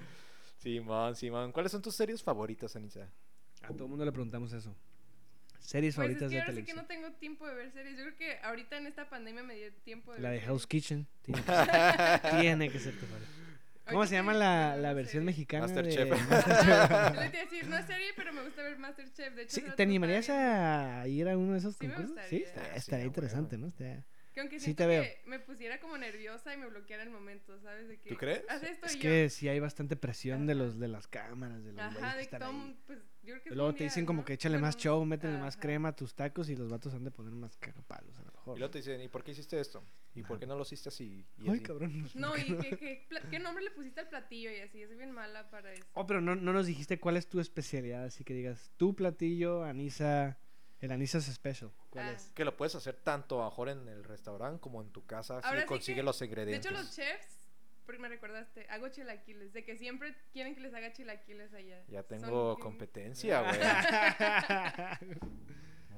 S3: Simón, Simón. ¿Cuáles son tus series favoritas, Anisa?
S1: A todo el mundo le preguntamos eso. Series
S2: Pues es
S1: favoritas
S2: que
S1: de
S2: ahora sí que no
S1: televisión.
S2: tengo tiempo de ver series. Yo creo que ahorita en esta pandemia me dio tiempo de
S1: La de
S2: ver
S1: House
S2: series.
S1: Kitchen. Tiene que ser, tiene que ser tu favorita. ¿Cómo
S2: Ahorita
S1: se
S2: estoy
S1: llama la,
S2: viendo
S1: la
S2: una
S1: versión
S2: serie.
S1: mexicana de
S3: Masterchef.
S2: Yo le
S1: Masterchef?
S2: iba a decir, no es serie, pero me gusta ver Masterchef. De hecho,
S1: Sí,
S2: hace rato
S1: ¿Te
S2: estaba
S1: animarías
S2: viendo.
S1: a ir a uno de esos
S2: Sí me
S1: concursos? Sí,
S2: gustaría.
S1: estaría,
S3: Ah, sí,
S1: estaría
S3: a
S1: interesante,
S3: huevo.
S1: ¿no? Estaría-
S2: Que aunque
S1: Sí
S2: siento
S1: te veo.
S2: que me pusiera como nerviosa y me bloqueara el momento, ¿sabes? De que,
S3: ¿Tú crees?
S2: Haz esto
S1: Es
S2: y
S1: que sí hay bastante presión de
S2: Ajá.
S1: los de las cámaras, de
S2: yo.
S1: los güeyes
S2: Ajá,
S1: que
S2: de que
S1: están
S2: todo.
S1: ahí.
S2: mundo- Pues, yo creo que es
S1: Luego te
S2: mundial,
S1: dicen como
S2: ¿no?
S1: que échale
S2: Bueno,
S1: más show, métele más
S2: ajá.
S1: crema a tus tacos y los vatos han de poner más palos a lo mejor.
S3: Y luego te dicen, ¿y por qué hiciste esto? ¿Y por qué no lo hiciste así? Y
S1: Ah. Ay,
S3: así.
S1: cabrón.
S2: No, y que, que pla- qué nombre le pusiste al platillo y así. Yo soy bien mala para eso.
S1: Oh, pero no, no nos dijiste cuál es tu especialidad, así que digas, tu platillo, Anisa, el Anisa's Special, ¿cuál
S2: Ah.
S1: es?
S3: Que lo puedes hacer tanto a lo mejor en el restaurante como en tu casa si
S2: Ahora sí
S3: consigues
S2: que-
S3: los
S2: De
S3: ingredientes.
S2: hecho, los chefs, porque me recordaste, hago chilaquiles. De que siempre quieren que les haga chilaquiles allá.
S3: Ya
S2: Son
S3: tengo
S2: bien-
S3: competencia, güey. ah,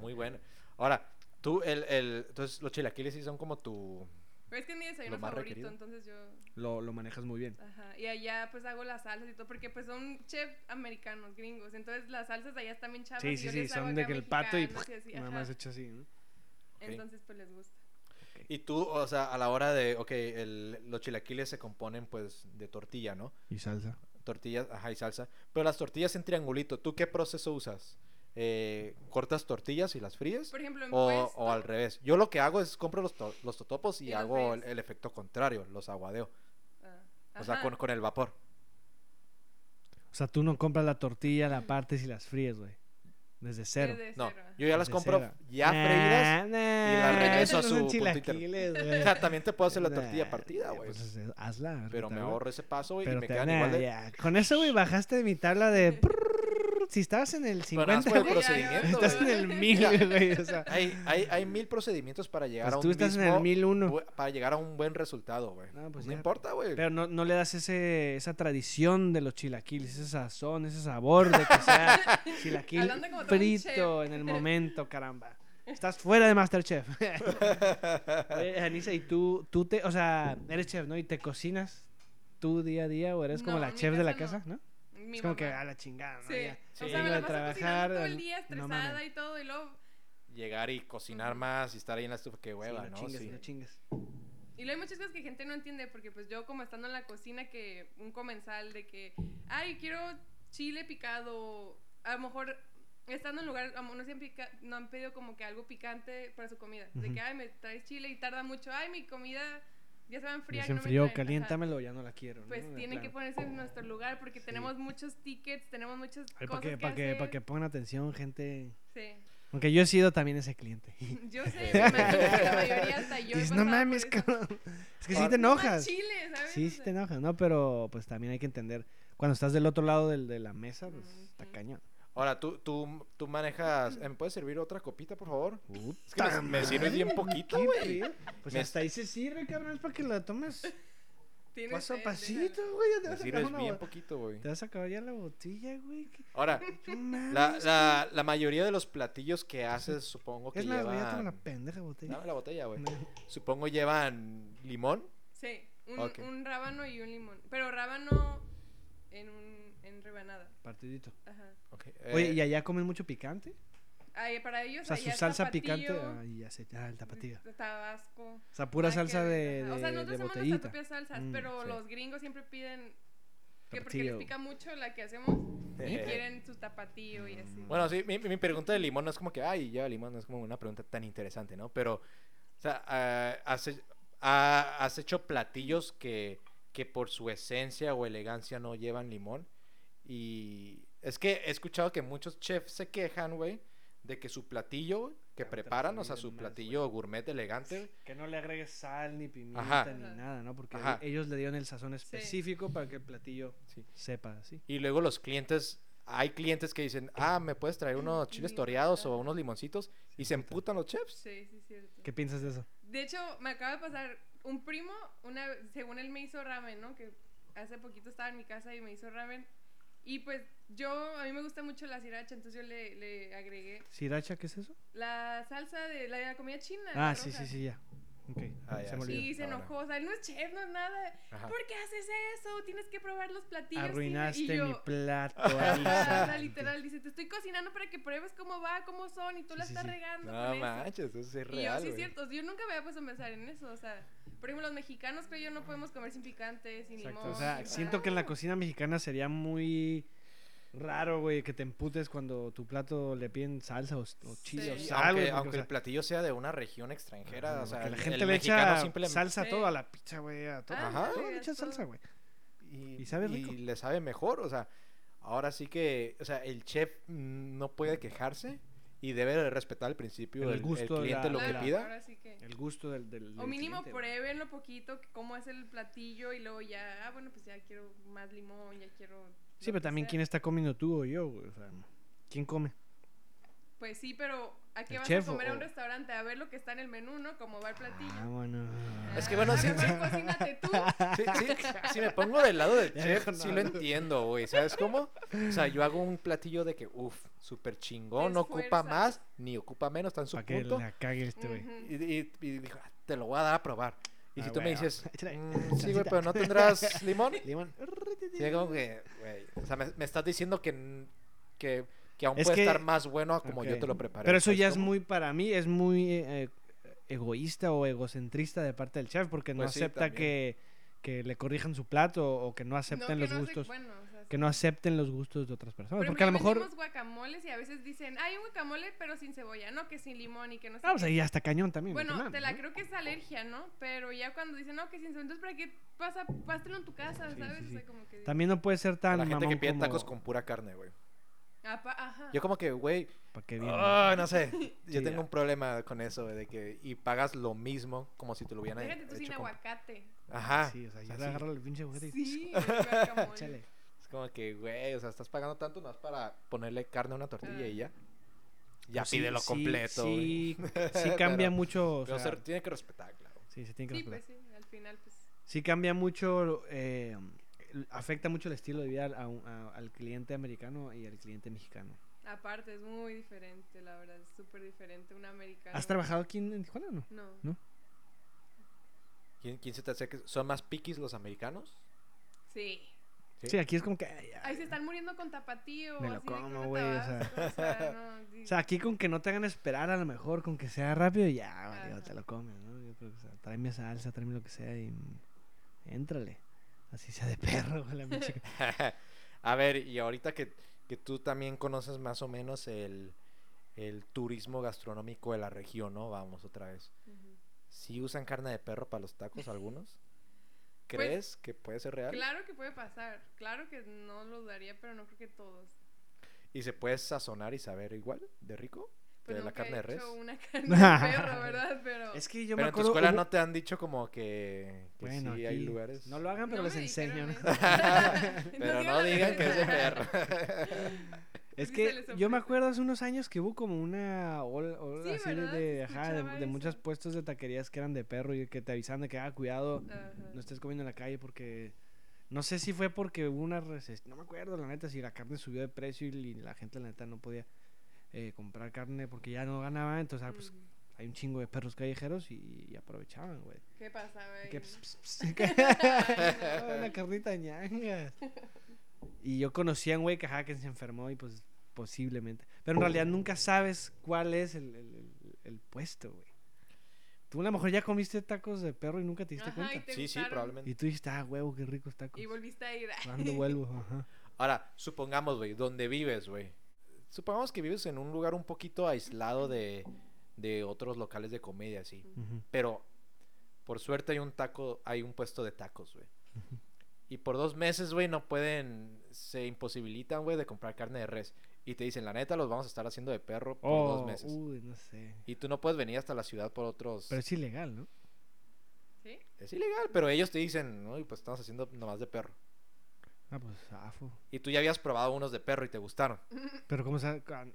S3: Muy bueno. Ahora, tú, el, el, entonces los chilaquiles sí son como tu...
S2: Pero es que es mi desayuno
S3: Lo más
S2: favorito,
S3: requerido.
S2: entonces yo.
S1: lo, lo manejas muy bien.
S2: Ajá, y allá pues hago las salsas y todo, porque pues son chefs americanos, gringos, entonces las salsas allá están bien chavas.
S1: Sí,
S2: y
S1: sí,
S2: yo
S1: sí,
S2: les hago
S1: son de
S2: acá
S1: que el pato y pues,
S2: mexicanas así,
S1: nada
S2: ajá.
S1: más hecho así, ¿no?
S2: Entonces pues les gusta.
S3: Y tú, o sea, a la hora de, ok, el- los chilaquiles se componen pues de tortilla, ¿no?
S1: Y salsa.
S3: Tortillas, ajá, y salsa. Pero las tortillas en triangulito, ¿tú qué proceso usas? Eh, ¿Cortas tortillas y las fríes?
S2: Por ejemplo, en
S3: O,
S2: puesto,
S3: o al revés. Yo lo que hago es compro los, to- los totopos y,
S2: Y los
S3: hago el,
S2: fríes.
S3: el efecto contrario, los aguadeo.
S2: ah,
S3: O sea,
S2: ajá,
S3: con, con el vapor.
S1: O sea, tú no compras la tortilla, la partes y las fríes, güey. Desde cero.
S2: desde
S3: No,
S2: cero, ajá.
S3: yo ya las
S1: Desde
S3: compro
S1: cero. Ah.
S3: ya freídas. las regreso a
S1: Esos
S3: su
S1: son
S3: punto
S1: chilaquiles,
S3: O
S1: güey.
S3: sea, también te puedo hacer la
S1: Nah,
S3: tortilla partida, güey.
S1: pues, eh, hazla. ahorita,
S3: Pero me
S1: güey.
S3: ahorro ese paso güey, y
S1: Pero
S3: me
S1: te
S3: quedan
S1: van a-
S3: igual de...
S1: ya. Con eso, güey, bajaste de mi tabla de... prrrr. si estabas en el
S3: Pero nada más
S1: 50,
S3: por el
S1: güey,
S3: procedimiento,
S1: estás en
S3: güey.
S1: el 1000, güey. O sea,
S3: Hay, hay, hay mil procedimientos para llegar
S1: pues
S3: a un
S1: tú estás en el
S3: mismo
S1: 1001.
S3: bu- Para llegar a un buen resultado, güey.
S1: No,
S3: No,
S1: pues ya.
S3: importa, güey.
S1: Pero no, no le das ese, esa tradición de los chilaquiles, ese sazón, ese sabor de que sea chilaquil
S2: Hablando como todo un
S1: frito en el momento, caramba. Estás fuera de Masterchef. Oye, Anisa, ¿y tú, tú te, o sea, eres chef, ¿no? ¿Y te cocinas tú día a día o eres como
S2: No,
S1: la
S2: en mi
S1: chef de la
S2: casa
S1: casa,
S2: no.
S1: no?
S2: Mi
S1: es como
S2: mamá.
S1: que a la chingada, ¿no?
S2: Sí.
S1: Ya.
S3: Sí.
S2: o sea,
S1: Iba
S2: me la
S1: a
S2: paso cocinando
S1: trabajar,
S2: todo
S1: al-
S2: el día
S1: no
S2: estresada
S1: mames.
S2: y todo, y luego,
S3: Llegar y cocinar más y estar ahí en la estufa, qué hueva,
S1: Sí, no
S3: ¿no?
S1: chingues,
S3: Sí.
S1: no chingues.
S2: Y luego hay muchas cosas que gente no entiende, porque pues yo como estando en la cocina, que un comensal de que, ay, quiero chile picado, a lo mejor estando en lugar, a lo mejor no, se han pica- no han pedido como que algo picante para su comida, de
S1: Ujú.
S2: que, ay, me traes chile y tarda mucho, ay, mi comida ya se va a
S1: Ya
S2: enfriar. y
S1: se
S2: no me
S1: enfrió,
S2: traen". Ajá.
S1: Pues caliéntamelo, ya no la quiero. ¿no?
S2: Pues
S1: De
S2: tienen que
S1: plano.
S2: ponerse en nuestro lugar, porque
S1: Sí.
S2: tenemos muchos tickets, tenemos muchas
S1: Ay, para
S2: cosas
S1: que,
S2: que
S1: para que,
S2: hacer.
S1: para que pongan atención, gente.
S2: Sí.
S1: Aunque yo he sido también ese cliente.
S2: Yo sé, me imagino que la mayoría hasta yo he
S1: Dices, no
S2: pasado por
S1: mames,
S2: eso".
S1: cabrón. Es que sí
S3: Ahora-
S1: te
S2: No más
S1: enojas.
S2: chile, ¿sabes?
S1: Sí,
S2: O
S1: sí
S2: sea,
S1: te enojas, ¿no? Pero pues también hay que entender. Cuando estás del otro lado del, de la mesa, pues está
S2: Ujú.
S1: cañón.
S3: Ahora, tú, tú, tú manejas... eh, ¿Me puedes servir otra copita, por favor? Es que
S1: Puta
S3: me, me sirves bien poquito,
S1: madre,
S3: güey.
S1: güey. Pues
S3: Me-
S1: hasta ahí se sirve, cabrón, es para que la tomes
S2: Tienes
S1: Paso a
S2: sed,
S1: pasito,
S2: déjalo.
S1: güey. ya Te vas
S3: Me
S1: a acabar
S3: sirves
S1: una
S3: bien
S1: bo-
S3: poquito, güey.
S1: Te vas a acabar ya la botella, güey. qué-
S3: Ahora,
S1: no
S3: la,
S1: mames,
S3: la, la mayoría de los platillos que haces, supongo que
S1: Es más, güey, ya tengo la
S3: llevan...
S1: pendeja botella.
S3: Dame la botella, güey.
S1: No.
S3: Supongo llevan limón.
S2: Sí, un,
S3: Ok.
S2: un rábano y un limón. Pero rábano en, un, en rebanada.
S1: Partidito.
S2: Ajá.
S3: Ok,
S1: Oye,
S3: eh,
S1: ¿y allá comen mucho picante?
S2: Ay, para ellos
S1: O sea,
S2: allá
S1: su
S2: el
S1: salsa picante.
S2: tapatío,
S1: Ay, ya sé. Ah, el tapatío.
S2: de mm, Tabasco.
S1: O sea, pura
S2: nada que
S1: salsa de,
S2: ver, ajá.
S1: de,
S2: O
S1: de
S2: sea, nosotros hacemos nuestras
S1: botellita.
S2: propias salsas,
S1: Mm,
S2: pero
S3: sí.
S2: los gringos siempre piden que porque les
S1: Tapatío.
S2: pica mucho la que hacemos y
S3: eh,
S2: quieren su tapatío y así.
S3: Bueno, sí, mi, mi- mi pregunta de limón no es como que, ay, lleva limón, no es como una pregunta tan interesante, ¿no? Pero, o sea, ah, has, he- ah, has hecho platillos que, que por su esencia o elegancia no llevan limón. Y es que he escuchado que muchos chefs se quejan, güey, de que su platillo que
S1: Canta
S3: preparan, o sea,
S1: bien
S3: su
S1: más,
S3: platillo gourmet elegante,
S1: Que no le agregues sal, ni pimienta,
S3: Ajá.
S1: ni nada, ¿no? Porque e,
S3: Ajá.
S1: ellos le dieron el sazón específico para que el platillo
S3: Sí.
S1: sepa así.
S3: y luego los clientes... Hay clientes que dicen, ah, me puedes traer unos chiles toreados o unos limoncitos y se emputan los chefs.
S2: Sí, sí, cierto.
S1: ¿Qué piensas de eso?
S2: De hecho, me acaba de pasar un primo, una, según él me hizo ramen, ¿no? Que hace poquito estaba en mi casa y me hizo ramen. Y pues yo, a mí me gusta mucho la sriracha, entonces yo le, le agregué
S1: ¿Siracha qué es eso?
S2: la salsa de la, de la comida china. la
S1: Ah, sí,
S2: roja.
S1: sí, sí, ya. Ok,
S3: Ah, ya,
S1: se me
S3: sí.
S1: olvidó.
S2: Y se
S3: Ahora.
S2: enojó, o sea, él no es chef, no es nada.
S3: Ajá.
S2: ¿Por qué haces eso? Tienes que probar los platillos. sí".
S1: Ah. Arruinaste
S2: y yo,
S1: mi plato.
S2: "Ah", o sea,
S1: Alicante.
S2: literal, dice, te estoy cocinando para que pruebes cómo va, cómo son, y tú
S1: Sí,
S2: la
S1: sí,
S2: estás
S1: sí.
S2: regando
S3: No
S2: con eso".
S3: manches, eso es
S2: Y yo,
S3: real,
S2: sí,
S3: güey.
S2: es cierto. Yo nunca me había puesto a pensar en eso. O sea, por ejemplo, los mexicanos creo yo no podemos comer sin picante, sin
S1: Exacto.
S2: limón.
S1: O sea,
S2: sin
S1: siento
S2: sal.
S1: que en la cocina mexicana sería muy raro, güey, que te emputes cuando tu plato le piden salsa o, o chile o
S2: Sí.
S3: Sí,
S1: sal,
S3: aunque,
S1: güey, porque,
S3: aunque
S1: o sea,
S3: el platillo sea de una región extranjera,
S1: ajá,
S3: o sea,
S1: porque
S3: el,
S1: la gente
S3: el
S1: le
S3: mexicano
S1: echa
S3: simplemente
S1: salsa a
S2: Sí. Ah,
S1: todo, a la pizza, güey, a todo.
S3: Ajá.
S1: a todo le
S2: Sí, a
S1: echan
S2: todo.
S1: salsa, güey.
S3: y,
S1: y sabe
S3: y
S1: rico.
S3: le sabe mejor, o sea, ahora sí que, o sea, el chef mm, no puede quejarse y debe de respetar al principio
S1: El
S3: el, el
S1: gusto,
S3: cliente
S1: la-
S3: lo
S2: Claro,
S1: la-
S3: que pida.
S2: ahora sí que-
S1: El gusto del, del,
S2: O
S1: del
S2: mínimo
S1: cliente, güey.
S2: prueben lo poquito, que cómo es el platillo y luego ya, ah, bueno, pues ya quiero más limón, ya quiero...
S1: Sí, pero también quién
S2: quieres
S1: está comiendo tú o yo, güey. O sea, ¿quién come?
S2: Pues sí, pero ¿a qué
S1: ¿El
S2: vas
S1: chef
S2: a comer a
S1: o-
S2: un restaurante? A ver lo que está en el menú, ¿no? Cómo va el platillo.
S1: Ah, bueno.
S3: Es que bueno,
S2: Ah,
S3: sí-
S2: mejor cocínate tú.
S3: Sí, sí, si me pongo del lado del
S1: Ya
S3: chef,
S1: dijo
S3: sí lo
S1: nada.
S3: entiendo, güey, ¿sabes cómo? O sea, yo hago un platillo de que, uff, súper chingón, no ocupa
S2: Esfuerzas.
S3: más ni ocupa menos, está en su
S1: Para que
S3: punto.
S1: la cague este, güey.
S2: Ujú.
S3: Y, y- y dijo, "Ah, te lo voy a dar a probar. Y
S1: Ah,
S3: si tú me
S1: bueno.
S3: dices,
S1: Échale.
S3: "Mm, sí, güey,
S1: Salsita".
S3: pero no tendrás limón.
S1: Limón.
S3: Sí, como que, güey, o sea, me, me estás diciendo que, n- que, que aún
S1: Es
S3: puede
S1: que-
S3: estar más bueno a como
S1: Ok.
S3: yo te lo preparé.
S1: Pero eso
S3: ¿sabes
S1: ya es
S3: cómo?
S1: muy, para mí, es muy eh, eh, egoísta o egocentrista de parte del chef, porque no
S3: Pues sí,
S1: acepta
S3: también.
S1: que, que le corrijan su plato o que no acepten
S2: No, que
S1: los
S2: no se-
S1: gustos.
S2: bueno, o sea,
S1: Que no acepten los gustos de otras personas.
S2: Por
S1: porque a lo
S2: ejemplo,
S1: mejor.
S2: ya vendemos guacamoles y a veces dicen, hay un guacamole pero sin cebolla, no que sin limón y que no sé
S1: Ah, pues
S2: qué".
S1: ahí hasta cañón también. no
S2: Bueno,
S1: mames,
S2: te la
S1: ¿no?
S2: creo que es alergia, ¿no? Pero ya cuando dicen, no, que sin cebolla, entonces ¿para qué pasa, pásatelo en tu casa,
S1: Sí,
S2: ¿sabes?
S1: sí,
S2: O sea,
S1: sí.
S2: como que...
S1: También no puede ser
S3: A
S1: tan.
S3: la gente que
S1: mamón
S3: pide
S1: como-
S3: tacos con pura carne, güey.
S2: Apa- ajá.
S3: Yo como que, güey,
S1: ¿Para qué viene?
S3: ay, no sé. Yo
S1: Sí,
S3: tengo
S1: ya.
S3: un problema con eso, güey, de que y pagas lo mismo como si te lo hubieran
S2: Déjate tú
S3: hecho
S2: sin
S3: con-
S2: aguacate.
S3: Ajá.
S1: Sí, o sea,
S3: o
S1: yo
S3: sea,
S1: le
S3: sí.
S1: agarro el pinche juguete y-
S2: Sí, el guacamole.
S1: Échale.
S3: Es como que, güey, o sea, estás pagando tanto más para ponerle carne a una tortilla y ya. Ya
S1: Pues Sí,
S3: pídelo
S1: sí,
S3: completo, güey.
S1: Sí, sí cambia
S3: Pero-
S1: mucho. o
S3: Pero
S1: sea,
S3: se tiene que respetar, claro.
S1: sí, se tiene que
S2: Sí,
S1: respetar.
S2: pues sí, al final pues...
S1: Sí cambia mucho, eh, el- afecta mucho el estilo de vida al- a un- a- al cliente americano y al cliente mexicano.
S2: Aparte, es muy diferente, la verdad, es súper diferente, un americano.
S1: ¿Has trabajado aquí en, en Tijuana o no?
S2: No.
S1: No.
S3: ¿Quién, quién se te hace que son más piquis los americanos?
S2: Sí.
S3: Sí.
S1: Sí, aquí es como que... ay, ay.
S2: Ahí se están muriendo con tapatío.
S1: Me lo
S2: así de que
S1: como,
S2: una
S1: güey, o sea.
S2: tabasco, o sea, no, sí.
S1: O sea, aquí con que no te hagan esperar a lo mejor, con que sea rápido, ya, valió,
S2: Ajá.
S1: te lo comes, ¿no? Yo creo que, o sea, tráeme salsa, tráeme lo que sea y mm, éntrale. Así sea de perro, güey, la pinche-
S3: A ver, y ahorita que, que tú también conoces más o menos el, el turismo gastronómico de la región, ¿no? Vamos otra vez.
S2: Ujú.
S3: ¿Sí usan carne de perro para los tacos algunos?
S2: Pues,
S3: ¿Crees que puede ser real?
S2: Claro que puede pasar, claro que no lo daría, pero no creo que todos.
S3: ¿Y se puede sazonar y saber igual de rico?
S2: Pues
S3: ¿De la
S2: nunca
S3: carne de
S2: he
S3: res?
S2: hecho una carne de perro, ¿verdad? Pero
S1: Es que yo
S3: Pero
S1: me
S3: en tu
S1: acuerdo...
S3: escuela
S1: hubo-
S3: no te han dicho como que, que
S1: Bueno,
S3: sí hay
S1: aquí
S3: lugares.
S1: No lo hagan, pero
S2: no
S1: les
S2: me dijeron
S1: enseñan.
S2: eso.
S3: Pero
S2: digan
S3: no
S2: la
S3: digan que es de
S2: verdad.
S3: perro.
S1: Es
S2: Sí, se
S1: que
S2: les
S1: yo me
S2: ofrece.
S1: acuerdo hace unos años que hubo como una ola, ola
S2: Sí,
S1: así de-
S2: ¿verdad?
S1: de,
S2: Se
S1: ajá, de,
S2: escuchaba
S1: de muchos
S2: eso.
S1: puestos de taquerías que eran de perro y que te avisaban de que, ah, cuidado,
S2: Ajá.
S1: no estés comiendo en la calle porque... No sé si fue porque hubo una recesión, no me acuerdo la neta, si la carne subió de precio y li- la gente la neta no podía eh, comprar carne porque ya no ganaba, entonces ah, pues,
S2: Ujú.
S1: hay un chingo de perros callejeros y, y aprovechaban, güey.
S2: ¿Qué pasaba
S1: Y
S2: ahí?
S1: que ps, ps, ps, que- la carnita ñangas. Y yo conocí a un güey que, ajá, que se enfermó y pues posiblemente.
S3: Oh.
S1: Pero en realidad nunca sabes cuál es el, el- el- el puesto, güey. Tú a lo mejor ya comiste tacos de perro y nunca te diste
S2: Ajá, y
S1: cuenta.
S2: te-
S3: Sí, sí,
S2: gustaron?
S1: Y
S3: probablemente.
S1: tú dijiste, ah, huevo, qué ricos tacos.
S2: Y volviste a ir.
S1: ¿Cuándo vuelvo? Ajá.
S3: Ahora, supongamos, güey, ¿dónde vives, güey? Supongamos que vives en un lugar un poquito aislado de, de otros locales de comedia, sí.
S1: Ujú.
S3: Pero por suerte hay un taco, hay un puesto de tacos, güey.
S1: Ujú.
S3: Y por dos meses, güey, no pueden, se imposibilitan, güey, de comprar carne de res. Y te dicen, la neta, los vamos a estar haciendo de perro por
S1: Oh,
S3: dos meses.
S1: uy, no sé.
S3: Y tú no puedes venir hasta la ciudad por otros...
S1: Pero es ilegal, ¿no?
S2: ¿Sí?
S3: Es ilegal, pero ellos te dicen, no, y pues estamos haciendo nomás de perro.
S1: Ah, pues, afo.
S3: Y tú ya habías probado unos de perro y te gustaron.
S1: Pero ¿cómo sabes? Ah,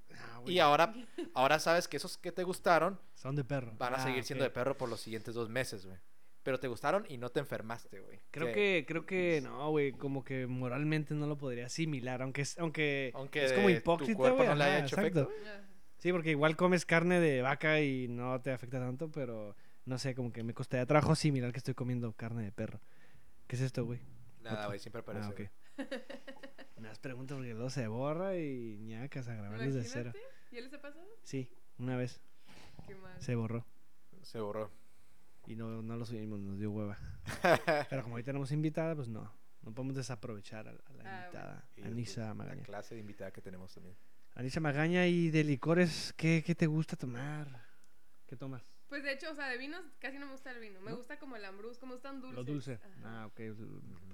S1: güey,
S3: Y ahora, ahora sabes que esos que te gustaron
S1: Son de perro.
S3: van a
S1: Ah,
S3: seguir siendo de
S1: ok.
S3: perro por los siguientes dos meses, güey. Pero te gustaron y no te enfermaste, güey.
S1: Creo que, creo que
S3: Pues
S1: no, güey, como que moralmente no lo podría asimilar, aunque es, aunque,
S3: Aunque
S1: es como
S3: de tu
S1: hipócrita,
S3: cuerpo
S1: güey,
S3: no le haya
S1: ajá,
S3: hecho
S1: exacto.
S3: efecto.
S2: Ajá.
S1: Sí, porque igual comes carne de vaca y no te afecta tanto, pero no sé, como que me costaría trabajo asimilar que estoy comiendo carne de perro. ¿Qué es esto, güey?
S3: Nada, güey, siempre
S1: Ah,
S3: parece.
S1: ok. Unas preguntas porque luego se borra y ñacas a grabar desde cero.
S2: Imagínate. ¿Ya les ha pasado?
S1: Sí, una vez
S2: Qué mal.
S1: se borró
S3: Se borró.
S1: y no, no lo subimos, nos dio hueva. pero como hoy tenemos invitada, pues no, no podemos desaprovechar a, la- a la
S2: Ah,
S1: invitada,
S3: Y,
S1: Anisa
S3: pues,
S1: Magaña.
S3: La clase de invitada que tenemos también.
S1: Anisa Magaña, ¿y de licores qué, qué te gusta tomar? ¿Qué tomas?
S2: Pues de hecho, o sea, de vinos casi no me gusta el vino. Me gusta como el ambrus, como están dulces.
S1: Lo dulce.
S2: Ajá.
S1: Ah, ok. pues,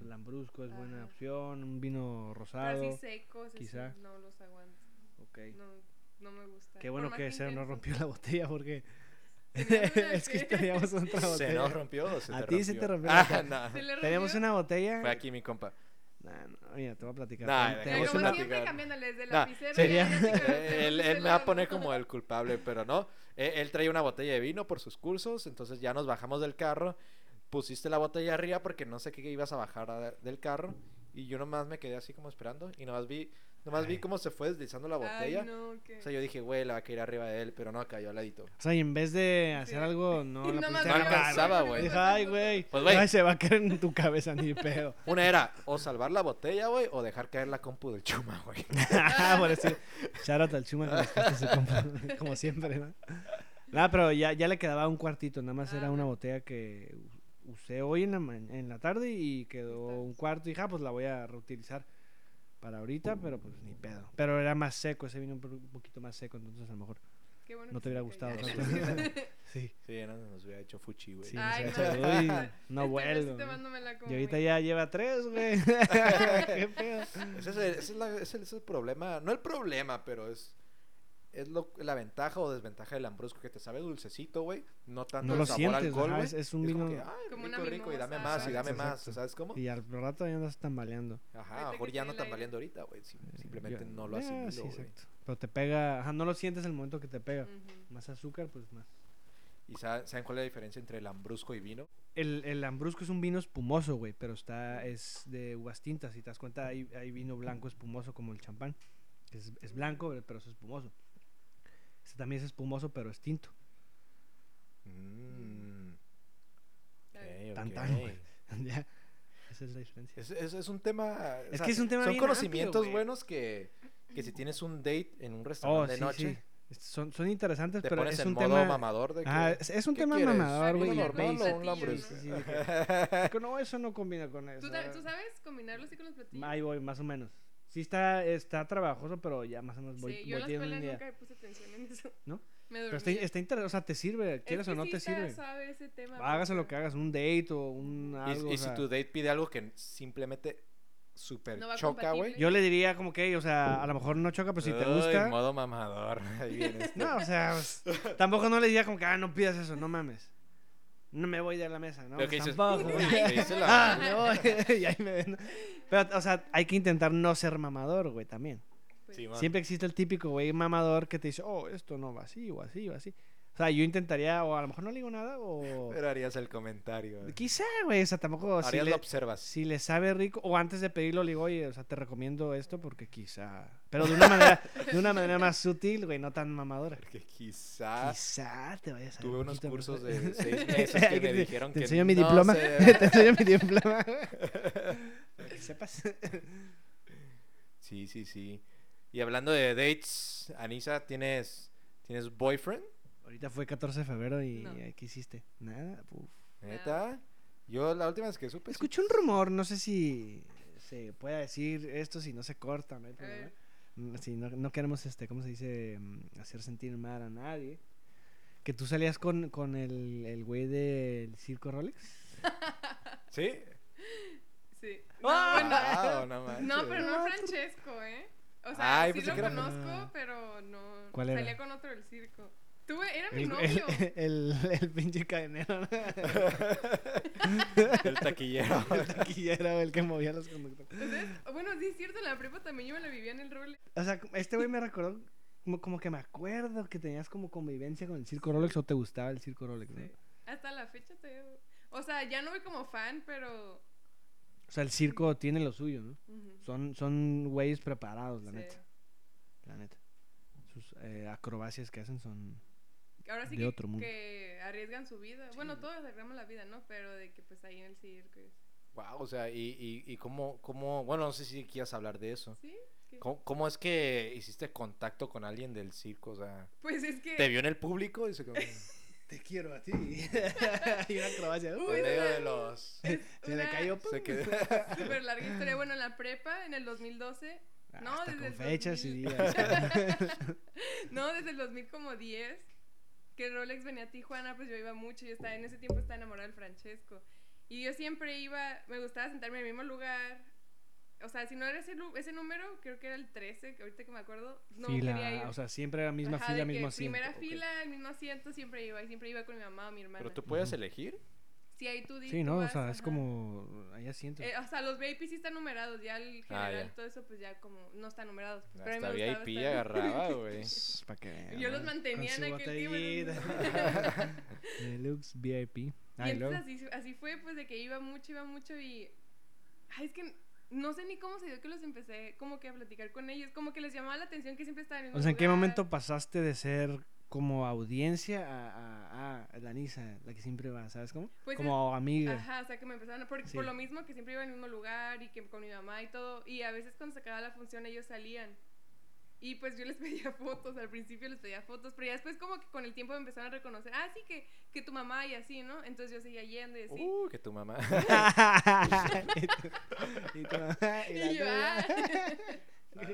S1: El lambrusco es buena
S2: Ajá.
S1: opción, un vino
S2: Pero
S1: rosado.
S2: así secos, así,
S1: quizá.
S2: no los aguanto.
S1: Ok.
S2: No, no me gusta.
S1: Qué
S2: Por
S1: bueno
S2: más
S1: que Cero no
S2: intento.
S1: rompió la botella porque
S2: Tenía duda de
S1: es que
S2: que-
S1: teníamos otra botella.
S3: ¿Se nos rompió o se
S1: A
S3: te
S1: ti se te rompió la
S3: Ah,
S1: cara.
S3: no.
S2: Se le
S1: Teníamos
S2: rompió.
S1: una botella.
S3: Fue aquí mi compa.
S1: Nah, no, mira, te voy a platicar.
S3: Nah,
S1: Ten-
S3: de-
S2: Pero
S1: tenemos
S2: como
S1: una...
S2: siempre
S3: Platicar.
S2: cambiándole desde el
S3: Nah,
S2: lapicero.
S1: sería-
S2: ya, ya sé que lo
S3: Eh, él,
S2: tenemos
S3: él me va a
S2: en
S3: poner
S2: la mano.
S3: como el culpable, pero no. Eh, Él, traía una botella de vino por sus cursos, entonces ya nos bajamos del carro. Pusiste la botella arriba porque no sé qué ibas a bajar a- del carro. Y yo nomás me quedé así como esperando. Y nomás vi, nomás vi
S1: Ay.
S3: cómo se fue deslizando la botella.
S2: Ay, no, que...
S3: O sea, yo dije, güey, la va a caer arriba de él, pero no, cayó al ladito.
S1: O sea, y en vez de hacer
S2: Sí.
S1: algo, no la
S2: Nada más
S1: pusiste
S3: No
S1: en la
S2: me
S1: cara.
S3: alcanzaba,
S2: acuerdo,
S3: güey.
S2: me
S1: Dije,
S2: acuerdo.
S1: Ay, güey.
S3: Pues, güey.
S1: Ay, se va a caer en tu cabeza ni pedo.
S3: Una era o salvar la botella, güey, o dejar caer la compu del chuma, güey.
S1: Por eso. Shout out al Chuma que nos presta su compu, como siempre, ¿no? Nada, pero ya, ya le quedaba un cuartito, nada más era
S2: Ah,
S1: una
S2: bueno.
S1: botella que u- usé hoy en la, ma- en la tarde y quedó
S2: Está.
S1: un cuarto y ja, pues la voy a reutilizar para ahorita,
S3: Uh.
S1: pero pues ni pedo. Pero era más seco, ese vino un po- un poquito más seco, entonces a lo mejor
S2: Qué bueno
S1: no
S2: que
S1: te hubiera
S2: se
S1: gustado
S2: cayó.
S1: tanto. sí,
S3: Sí, no, nos hubiera hecho fuchi, güey.
S1: sí,
S2: Ah, Ay,
S1: o
S2: no.
S1: sea, uy, no
S2: Este,
S1: vuelvo.
S2: besito, mándamela como
S1: Y ahorita
S2: muy-
S1: ya lleva tres, güey. Qué pedo.
S3: Ese es el, ese es la- ese es el problema, no el problema, pero es es lo- la ventaja o desventaja del ambrusco que te sabe dulcecito, güey, no tanto
S1: No
S3: el
S1: lo
S3: sabor
S1: sientes,
S3: a alcohol,
S1: ajá,
S3: güey.
S1: es- es un
S3: como
S1: vino-
S3: que, ay,
S2: Como una
S3: rico, rico, y dame
S2: mimosa.
S3: más, y dame
S1: Exacto,
S3: más,
S1: exacto.
S3: ¿sabes cómo?
S1: Y al rato ya andas tambaleando.
S3: Ajá, a
S2: Ahorita
S3: lo mejor
S2: que
S3: ya
S2: esté
S3: no
S2: en el
S3: están
S2: aire.
S3: valiendo ahorita, güey, sí,
S1: Eh,
S3: simplemente
S1: yo-
S3: no lo
S1: Ah,
S3: asimilo,
S1: sí,
S3: güey.
S1: exacto. Pero te pega, ajá, no lo sientes el momento que te pega.
S2: Ujú.
S1: Más azúcar, pues más.
S3: ¿Y sa- saben cuál es la diferencia entre el ambrusco y vino?
S1: El, el Lambrusco es un vino espumoso, güey, pero está, es de uvas tintas. Si te das cuenta, hay, hay vino blanco espumoso como el champán. que Es, es blanco,
S2: Mm.
S1: pero es espumoso. Este también es espumoso, pero es tinto.
S3: Mm.
S2: Está bien.
S3: Ok,
S1: Tan,
S3: ok.
S1: tan, güey. Ya, Esa es la diferencia.
S3: Es, es- es un tema.
S1: Es que es un tema
S3: Son
S1: bien
S3: conocimientos
S1: amplio, güey.
S3: buenos que, que si tienes un date en un
S1: Oh,
S3: restaurante
S1: sí,
S3: de noche,
S1: sí. Es- Son, son interesantes,
S3: te
S1: pero
S3: pones
S1: es
S3: en
S1: un
S3: modo
S1: tema.
S3: mamador de que.
S1: Ah, es, es un
S3: ¿qué
S1: tema
S3: quieres?
S1: mamador,
S2: ¿Algo
S1: güey.
S2: normal
S1: basic,
S2: o un
S1: güey,
S2: lambrusco?
S1: sí, sí, de que- que no, eso no combina con eso.
S2: ¿Tú, ta- tú sabes combinarlo así con los platillos?
S1: Ahí voy, más o menos. Sí está, está trabajoso, pero ya más o menos voy,
S2: sí,
S1: voy
S2: yo en la
S1: teniendo una
S2: escuela
S1: idea.
S2: nunca le puse atención en eso.
S1: ¿No?
S2: Me
S1: Pero
S2: dormí.
S1: está, está interesante, o sea, te sirve, quieres o no te sirve.
S2: sabe ese tema.
S1: Hagas lo
S2: porque
S1: que hagas, un date o un
S3: Y,
S1: algo.
S3: y
S1: o
S3: si
S1: sea,
S3: tu date pide algo que simplemente super
S2: No va
S3: choca, güey.
S2: compatible.
S1: Yo le diría como que, o sea, a lo mejor no choca, pero si te
S3: Uy,
S1: gusta.
S3: modo mamador. Ahí este. viene esto.
S1: No, o sea, pues, tampoco no le diría como que, ah, no pidas eso, no mames. No me voy de la mesa, ¿no?
S3: Lo que
S1: Pues
S3: dices,
S1: tampoco,
S3: "Uy,
S1: güey.
S3: te hice la-
S1: Ah, me voy. y ahí me ven. Pero, o sea, hay que intentar no ser mamador, güey, también.
S2: pues.
S3: Sí, man.
S1: Siempre existe el típico güey mamador que te dice, oh, esto no va así, o así, o así. O sea, yo intentaría, o a lo mejor no le digo nada, o...
S3: Pero harías el comentario. güey.
S1: Quizá, güey, o sea, tampoco... Si
S3: harías
S1: le,
S3: la observación.
S1: si le sabe rico, o antes de pedirlo le digo, oye, o sea, te recomiendo esto porque quizá... Pero de una manera, de una manera más sutil, güey, no tan mamadora.
S3: Porque quizás
S1: Quizá te vayas a...
S3: Ah. tuve unos cursos de seis meses que me dijeron
S1: Te
S3: que
S1: enseño mi
S3: no
S1: diploma.
S3: se-
S1: Te enseño mi diploma. Para que sepas.
S3: Sí, sí, sí. Y hablando de dates, Anisa, ¿tienes, ¿tienes boyfriend?
S1: Ahorita fue 14 de febrero y
S2: No.
S1: ¿qué hiciste? Nada. Uf.
S3: ¿Neta? Yo la última vez que supe... sí.
S1: Escuché un rumor, no sé si se pueda decir esto, si no se corta, no hay
S2: A
S1: problema.
S2: ver, Eh.
S1: Mm, Si no, no queremos, este, ¿cómo se dice? Mm, Hacer sentir mal a nadie. Que tú salías con, con el, el güey del circo Rolex.
S3: ¿Sí?
S2: sí. No,
S1: Ah,
S3: Wow, no
S2: bueno,
S3: manches.
S2: no, pero no
S1: No,
S2: Francesco, ¿eh? O sea,
S3: Ay,
S2: sí
S3: pensé
S2: lo
S3: que era-
S1: Ah.
S2: conozco, pero no.
S1: ¿Cuál era?
S2: Salía con otro del circo. Tuve, era mi
S1: El,
S2: novio.
S1: el, el- el pinche cadenero. ¿no?
S3: El taquillero.
S1: El taquillero, el que movía los conductores.
S2: Bueno, sí es cierto, en la prepa también yo me la vivía en el rol.
S1: O sea, este güey me recordó, como, como que me acuerdo que tenías como convivencia con el circo Rolex o te gustaba el circo Rolex, ¿no?
S2: Sí. este, Hasta la fecha te... O sea, ya no voy como fan, pero...
S1: O sea, el circo tiene lo suyo, ¿no?
S2: ujú,
S1: Son, son güeyes preparados, la
S2: sí.
S1: neta. La neta. Sus eh, acrobacias que hacen son.
S2: Ahora sí
S1: De
S2: que,
S1: otro mundo.
S2: que arriesgan su vida. Bueno, todos arriesgamos la vida, ¿no? Pero de que pues ahí en el circo. y-
S3: wow, o sea, y, y, y cómo, cómo... Bueno, no sé si quieras hablar de eso.
S2: Sí, que-
S3: ¿Cómo, cómo es que hiciste contacto con alguien del circo? O sea,
S2: pues es que...
S3: ¿te vio en el público? Dice como...
S1: Te quiero a ti. y una acrobacia. uh,
S3: En medio de los...
S2: es
S1: Se le
S2: una
S1: cayó.
S3: Se quedó...
S2: Súper larga historia. Bueno, en la prepa, en el 2012... No,
S1: Hasta
S2: desde
S1: con
S2: el
S1: fechas y
S2: 2000.
S1: días.
S2: No, desde el 2010 que Rolex venía a Tijuana, pues yo iba mucho, yo estaba en ese tiempo estaba enamorada del Francesco. Y yo siempre iba, me gustaba sentarme en el mismo lugar. O sea, si no era ese, lu- ese número, creo que era el 13, que ahorita que me acuerdo, no quería ir.
S1: fila. O sea, siempre la misma
S2: Ajá,
S1: fila,
S2: de que
S1: mismo asiento.
S2: Primera
S1: ok.
S2: fila, el mismo asiento, siempre iba. Y siempre iba con mi mamá o mi hermana.
S3: ¿Pero tú puedes
S1: Ujú.
S3: elegir?
S2: Sí, ahí tú di-
S1: Sí,
S2: tú
S1: ¿no? O
S2: vas,
S1: sea, es
S2: ajá.
S1: como. Hay asientos.
S2: Eh, o sea, los VIPs sí están numerados, ya el
S3: Ah,
S2: general,
S3: ya.
S2: todo eso, pues ya como no están numerados. pues, pero a mí
S3: Hasta
S2: me gustaba
S3: VIP
S2: estar-
S3: agarraba, güey.
S1: Para Pues, que.
S2: Yo los
S1: vean,
S2: mantenía
S1: con
S2: en
S1: su
S2: aquel tiempo,
S1: botellita. Deluxe VIP.
S2: y
S1: Ay, luego.
S2: entonces así, así fue, pues de que iba mucho, iba mucho y... Ay, es que no sé ni cómo se dio que los empecé como que a platicar con ellos, como que les llamaba la atención que siempre estaban en el mismo
S1: O sea, ¿en qué
S2: lugar.
S1: momento pasaste de ser como audiencia a, a, a la Nisa, la que siempre va, ¿sabes cómo?
S2: Pues
S1: como amiga.
S2: Ajá, o sea, que me empezaron a... Por,
S1: Sí.
S2: por lo mismo que siempre iba al mismo lugar y que con mi mamá y todo, y a veces cuando se acababa la función ellos salían. Y pues yo les pedía fotos, al principio les pedía fotos, pero ya después como que con el tiempo me empezaron a reconocer, ah, sí, que, que tu mamá y así, ¿no? Entonces yo seguía yendo y así.
S3: Uh, que tu mamá.
S1: y tú- y tú- y la
S2: y yo,
S1: otra,
S2: ah.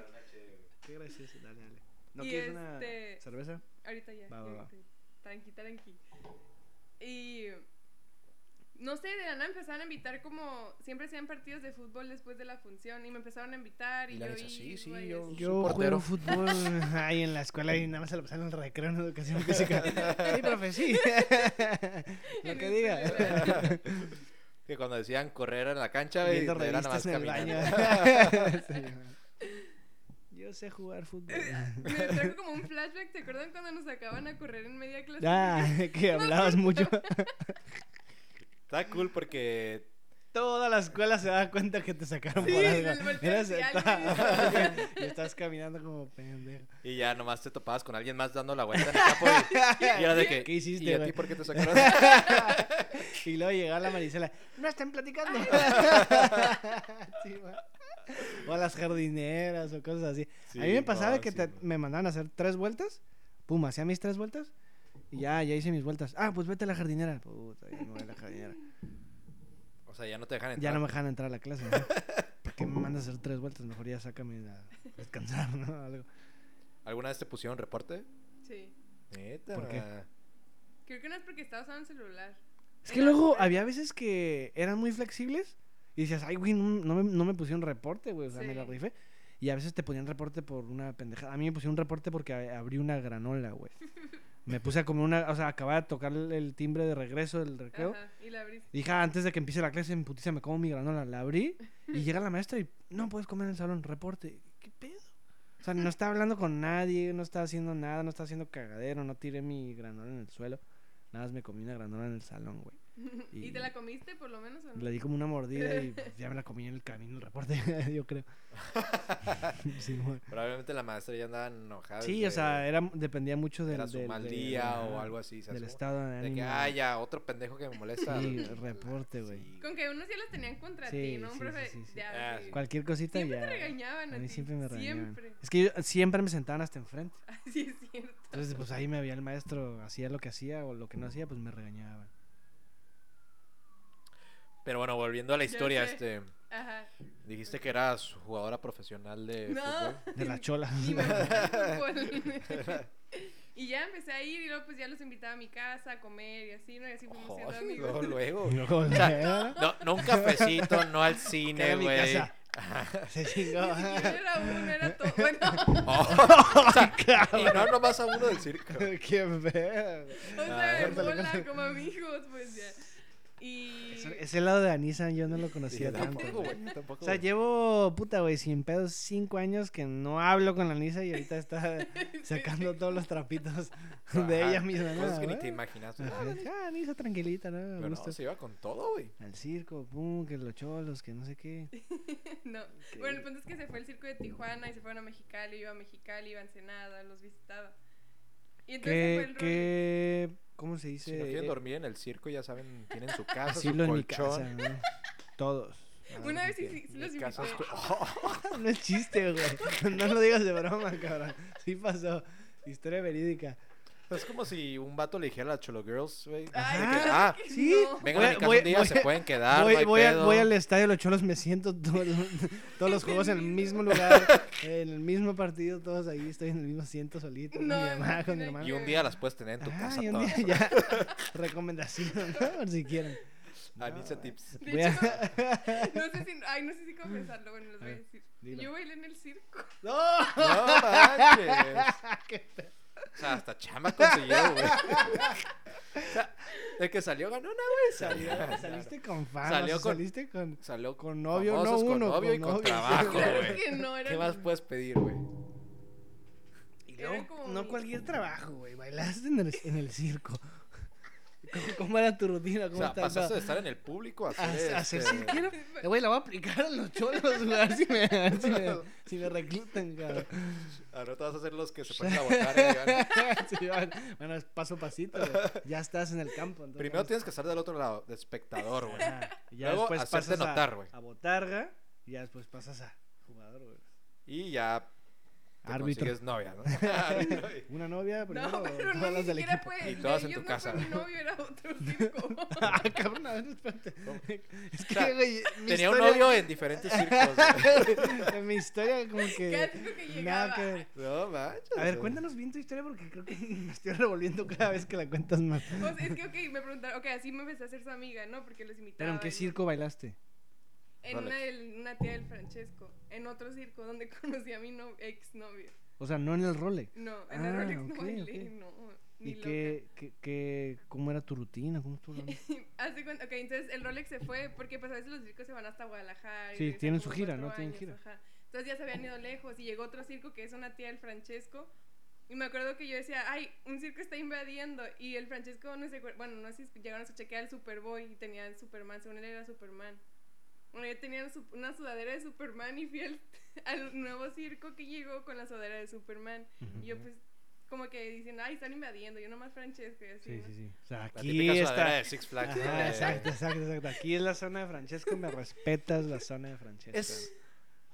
S1: Qué gracioso, dale, dale. ¿No
S2: Y
S1: quieres una
S2: este-
S1: cerveza?
S2: Ahorita ya.
S1: Va,
S2: ya
S1: va, va.
S2: ahorita. Tranqui, tranqui. Y no sé, de la nada empezaron a invitar como siempre hacían partidos de fútbol después de la función y me empezaron a invitar y,
S3: Y la
S2: yo
S3: Lisa, sí, sí,
S2: iba y
S3: yo-
S2: así.
S1: Yo juego
S3: portero.
S1: fútbol ahí en la escuela y nada más se lo pasan en el recreo en educación física. Sí, profe, sí. Lo
S2: En
S1: que
S2: el
S1: diga.
S2: celular.
S3: que cuando decían correr en la cancha, güey,
S1: Viendo
S3: era nada
S1: revistas
S3: más
S1: en el
S3: caminando.
S1: baño. Sí. Yo sé jugar fútbol.
S2: Me trajo como un flashback, ¿te acuerdan cuando nos sacaban a correr en media clase?
S1: Ah, que hablabas mucho.
S3: Está cool porque
S1: Toda la escuela se da cuenta que te sacaron
S2: Sí,
S1: por
S2: del
S1: algo.
S2: volteo
S1: Eras
S2: hacia
S1: está- y estás caminando como pendejo.
S3: y ya nomás te topabas con alguien más dando la vuelta en el campo y, y era de que
S1: ¿Qué hiciste,
S3: ¿Y a
S1: güey?
S3: ti por qué te sacaron?
S1: Y luego llegaba la Marisela. No están platicando. Sí, va. o a las jardineras o cosas así.
S3: Sí,
S1: a mí me pasaba
S3: no,
S1: que
S3: sí,
S1: te-
S3: no.
S1: me mandaban a hacer tres vueltas. Pum, hacía mis tres vueltas. Y ya, ya hice mis vueltas. Ah, pues vete a la jardinera. Puta, ya me voy a la jardinera.
S3: O sea, ya no te dejan
S1: Ya
S3: entrar.
S1: no me dejan entrar a la clase. ¿no? ¿Por qué me mandas a hacer tres vueltas? Mejor ya sácame a descansar, ¿no? Algo.
S3: ¿Alguna vez te pusieron reporte?
S2: Sí.
S3: Neta.
S1: ¿Por qué?
S2: Creo que no es porque estaba usando el celular.
S1: Es que luego había veces que eran muy flexibles y decías, ay, güey, no, no me, no me pusieron reporte, güey, o sea, me la
S2: Sí.
S1: rifé. Y a veces te ponían reporte por una pendejada. A mí me pusieron reporte porque a- abrí una granola, güey. Me puse a comer una, o sea, acababa de tocar el el timbre de regreso del recreo.
S2: Ajá, y la abriste.
S1: Dije, "Ah, antes de que empiece la clase, en putiza me como mi granola. La abrí y llega la maestra y no puedes comer en el salón, reporte. ¿Qué pedo? O sea, no estaba hablando con nadie, no estaba haciendo nada, no estaba haciendo cagadero, no tiré mi granola en el suelo. Nada más me comí una granola en el salón, güey.
S2: ¿Y, te la comiste por lo menos o no?
S1: Le di como una mordida y pues, ya me la comí en el camino del reporte, yo creo. Sí, güey.
S3: Probablemente la maestra ya andaba enojada.
S1: Sí,
S3: de-
S1: o sea, era, dependía mucho del,
S3: era su
S1: del-
S3: mal
S1: del-
S3: día o
S1: ajá,
S3: algo así. ¿sabes
S1: Del
S3: cómo?
S1: estado de
S3: De
S1: ánimo.
S3: que, ah, ya, otro pendejo que me molesta.
S1: Sí,
S3: La-
S1: reporte, güey.
S3: sí,
S2: Con que unos ya los tenían contra
S1: Sí,
S2: ti, ¿no? Un
S1: sí,
S2: profe
S1: sí, sí, sí.
S2: de
S3: Ah,
S2: así.
S1: Cualquier cosita
S2: Siempre
S1: ya.
S2: te regañaban
S1: a
S2: a
S1: mí
S2: ti.
S1: siempre me regañaban.
S2: Siempre. Ah,
S1: Es que yo, siempre me sentaban hasta enfrente.
S2: Sí, es cierto.
S1: Entonces, pues ahí me veía el maestro, hacía lo que hacía o lo que no hacía, pues me regañaban.
S3: Pero bueno, volviendo a la
S2: Ya
S3: historia,
S2: sé.
S3: este,
S2: Ajá.
S3: dijiste que eras jugadora profesional de
S2: No.
S3: fútbol.
S1: De la chola.
S2: Y, me fui al fútbol. Y ya empecé a ir y luego pues ya los invitaba a mi casa a comer y así, ¿no? Y así fuimos siendo
S3: Joder, luego,
S2: amigos.
S3: luego.
S1: Luego, ¿verdad?
S3: No, no un cafecito, no al
S1: Caga
S3: cine,
S1: en mi
S3: güey.
S1: casa. Se chingó.
S2: Ni siquiera era uno, era todo. Bueno,
S3: Oh, o sea, y no nomás a uno del circo.
S1: Qué feo.
S2: o
S3: Ah,
S2: sea, de
S1: cuéntale,
S2: bola,
S1: cuéntale.
S2: como amigos, pues ya. Y...
S1: Eso- Ese lado de Anisa yo no lo
S3: Sí,
S1: conocía tanto.
S3: tampoco,
S1: güey.
S3: güey,
S1: O
S3: tampoco,
S1: sea,
S3: güey.
S1: llevo, puta, güey, sin pedos, cinco años que no hablo con la Anisa y ahorita está sacando todos los trapitos de
S3: Ajá,
S1: ella misma. ¿no?
S3: Cosas que ni te
S1: Güey.
S3: imaginas.
S1: Ajá,
S3: Ah,
S1: Ah, Anisa, tranquilita, ¿no? A
S3: pues, Pero
S1: gusto.
S3: no, se iba con todo, güey.
S1: Al circo, pum, que los cholos, que no sé qué.
S2: No. Bueno, el punto es que se fue el circo de Tijuana y se fueron a Mexicali, yo a Mexicali, iba a Ensenada, los visitaba. Y entonces fue
S1: ¿Qué,
S2: el rollo.
S1: qué, cómo se dice?
S3: Si no quieren
S1: Eh,
S3: dormir en el circo, ya saben, tienen su casa, su
S1: Asilo en mi casa,
S3: colchón.
S1: ¿no? Todos.
S2: Una vez sí,
S1: sí
S2: sí, sí
S3: mi
S2: los invité.
S3: casa es tu- Oh,
S1: No es chiste, güey. No lo digas de broma, cabrón. Sí pasó. Historia verídica.
S3: es como si un vato le dijera a las Cholo Girls, güey. de que,
S2: Ay,
S3: Ah,
S2: claro que
S1: sí.
S2: no.
S3: vengan
S1: Voy-
S3: a mi casa
S1: voy-
S3: un día,
S1: voy-
S3: se pueden quedar,
S1: voy,
S3: no hay
S1: voy a-
S3: pedo.
S1: voy al estadio de los Cholos, me siento todo- todos los juegos en el mismo lugar, en el mismo partido, todos ahí, estoy en el mismo asiento solito, con
S2: No,
S1: mi mamá, con mi
S2: imagínate.
S1: hermano.
S3: Y un día las puedes tener en tu
S1: Ah,
S3: casa
S1: y un
S3: todas.
S1: día ya. Recomendación, ¿no? Por si quieren.
S3: Anisa
S1: No,
S3: Tips.
S2: De
S1: Voy a-
S2: hecho, no sé si, ay, no sé si confesarlo, bueno, les voy a
S1: Ah,
S2: decir.
S1: dilo.
S2: Yo bailé en el circo.
S1: ¡No!
S3: No manches.
S1: Qué pe-
S3: O sea, hasta chama consiguió, güey. O sea, el que salió ganó una, güey. Salió,
S1: Saliste con fama,
S3: Salió
S1: o sea,
S3: con-
S1: saliste con...
S3: Salió
S1: con novio, no
S3: famosos,
S1: uno,
S3: Con novio
S1: con
S3: y con
S1: novio.
S3: trabajo,
S2: Claro
S3: güey.
S2: que no, era
S3: ¿Qué más
S2: mi-
S3: puedes pedir, güey?
S1: Y
S2: Era
S1: luego,
S2: como
S1: no
S2: mi-
S1: cualquier trabajo, güey, bailaste en el, en el circo. ¿Cómo, cómo era tu rutina?
S3: O
S1: ¿Cómo
S3: sea,
S1: estaba?
S3: pasaste de estar en el público a
S1: A-
S3: hacer.
S1: a hacer
S3: este,
S1: cirquero. Eh, Güey, la voy a aplicar a los cholos, güey, a ver si me, a ver si me, si me reclutan, cabrón.
S3: Ahora te vas a hacer los que se ponen a votar. y van-
S1: Sí, van- bueno, es paso a pasito, güey. Ya estás en el campo. entonces
S3: Primero
S1: vamos-
S3: tienes que estar del otro lado, de espectador, güey.
S1: Ajá, y ya
S3: Luego,
S1: después
S3: hacerte
S1: pasas a-
S3: notar, güey.
S1: A botarga y ya después pasas a jugador, güey.
S3: Y ya te
S1: Árbitro.
S3: consigues novia, ¿no? Árbitro y-
S1: Una novia, primero,
S2: No, pero
S1: todas
S2: no, ni
S1: las del
S2: siquiera
S1: equipo.
S2: fue.
S3: Y todas
S2: de
S3: en tu
S2: ellos
S3: casa.
S2: No fue mi novio, era otro circo.
S1: Ah, cabrón, a ver, espérate. Es que,
S3: O sea,
S1: güey, mi
S3: Tenía un
S1: historia-
S3: novio en diferentes circos. güey.
S1: en mi historia como
S2: Cada
S1: que...
S2: circo que
S1: Nada
S2: llegaba.
S1: que ver.
S3: No manches.
S1: A ver,
S3: güey.
S1: cuéntanos bien tu historia porque creo que me estoy revolviendo cada vez que la cuentas más.
S2: O sea, es que, ok, me preguntaron, ok, así me empecé a hacer su amiga, ¿no? Porque los invitaba.
S1: Pero ¿en qué
S2: y-
S1: circo bailaste?
S2: En
S3: Rolex.
S2: una, del- una tía del Francesco. En otro circo donde conocí a mi no, ex novio.
S1: O sea, no en el Rolex.
S2: No, en el
S1: Ah,
S2: Rolex no
S1: ok,
S2: bailé,
S1: ok.
S2: no. Ni
S1: ¿Y
S2: loca.
S1: qué, qué, qué, cómo era tu rutina? ¿Cómo estuvo? la-
S2: Haz de cuenta, ok, entonces el Rolex se fue porque pues a veces los circos se van hasta Guadalajara. y
S1: Sí,
S2: regresan
S1: tienen su
S2: como
S1: gira,
S2: cuatro
S1: ¿no? Tienen
S2: años,
S1: gira.
S2: ajá. Entonces ya se habían ido lejos y llegó otro circo que es una tía del Francesco. Y me acuerdo que yo decía, ay, un circo está invadiendo. Y el Francesco, no sé, cu- bueno, no sé si llegaron a su chequea el Superboy y tenía el Superman, según él era Superman. Bueno, yo tenía su- una sudadera de Superman y fui al, al nuevo circo que llegó con la sudadera de Superman. Y yo
S1: Ujú.
S2: pues, como que diciendo, ay, están invadiendo, yo nomás Francesco y así.
S1: Sí,
S2: ¿no?
S1: sí, sí. O sea,
S3: La
S1: aquí
S3: típica sudadera
S1: está...
S3: de Six Flags.
S1: Ajá,
S3: eh,
S1: exacto, exacto, exacto. Aquí es la zona de Francesco, me respetas la zona de Francesco.
S3: Es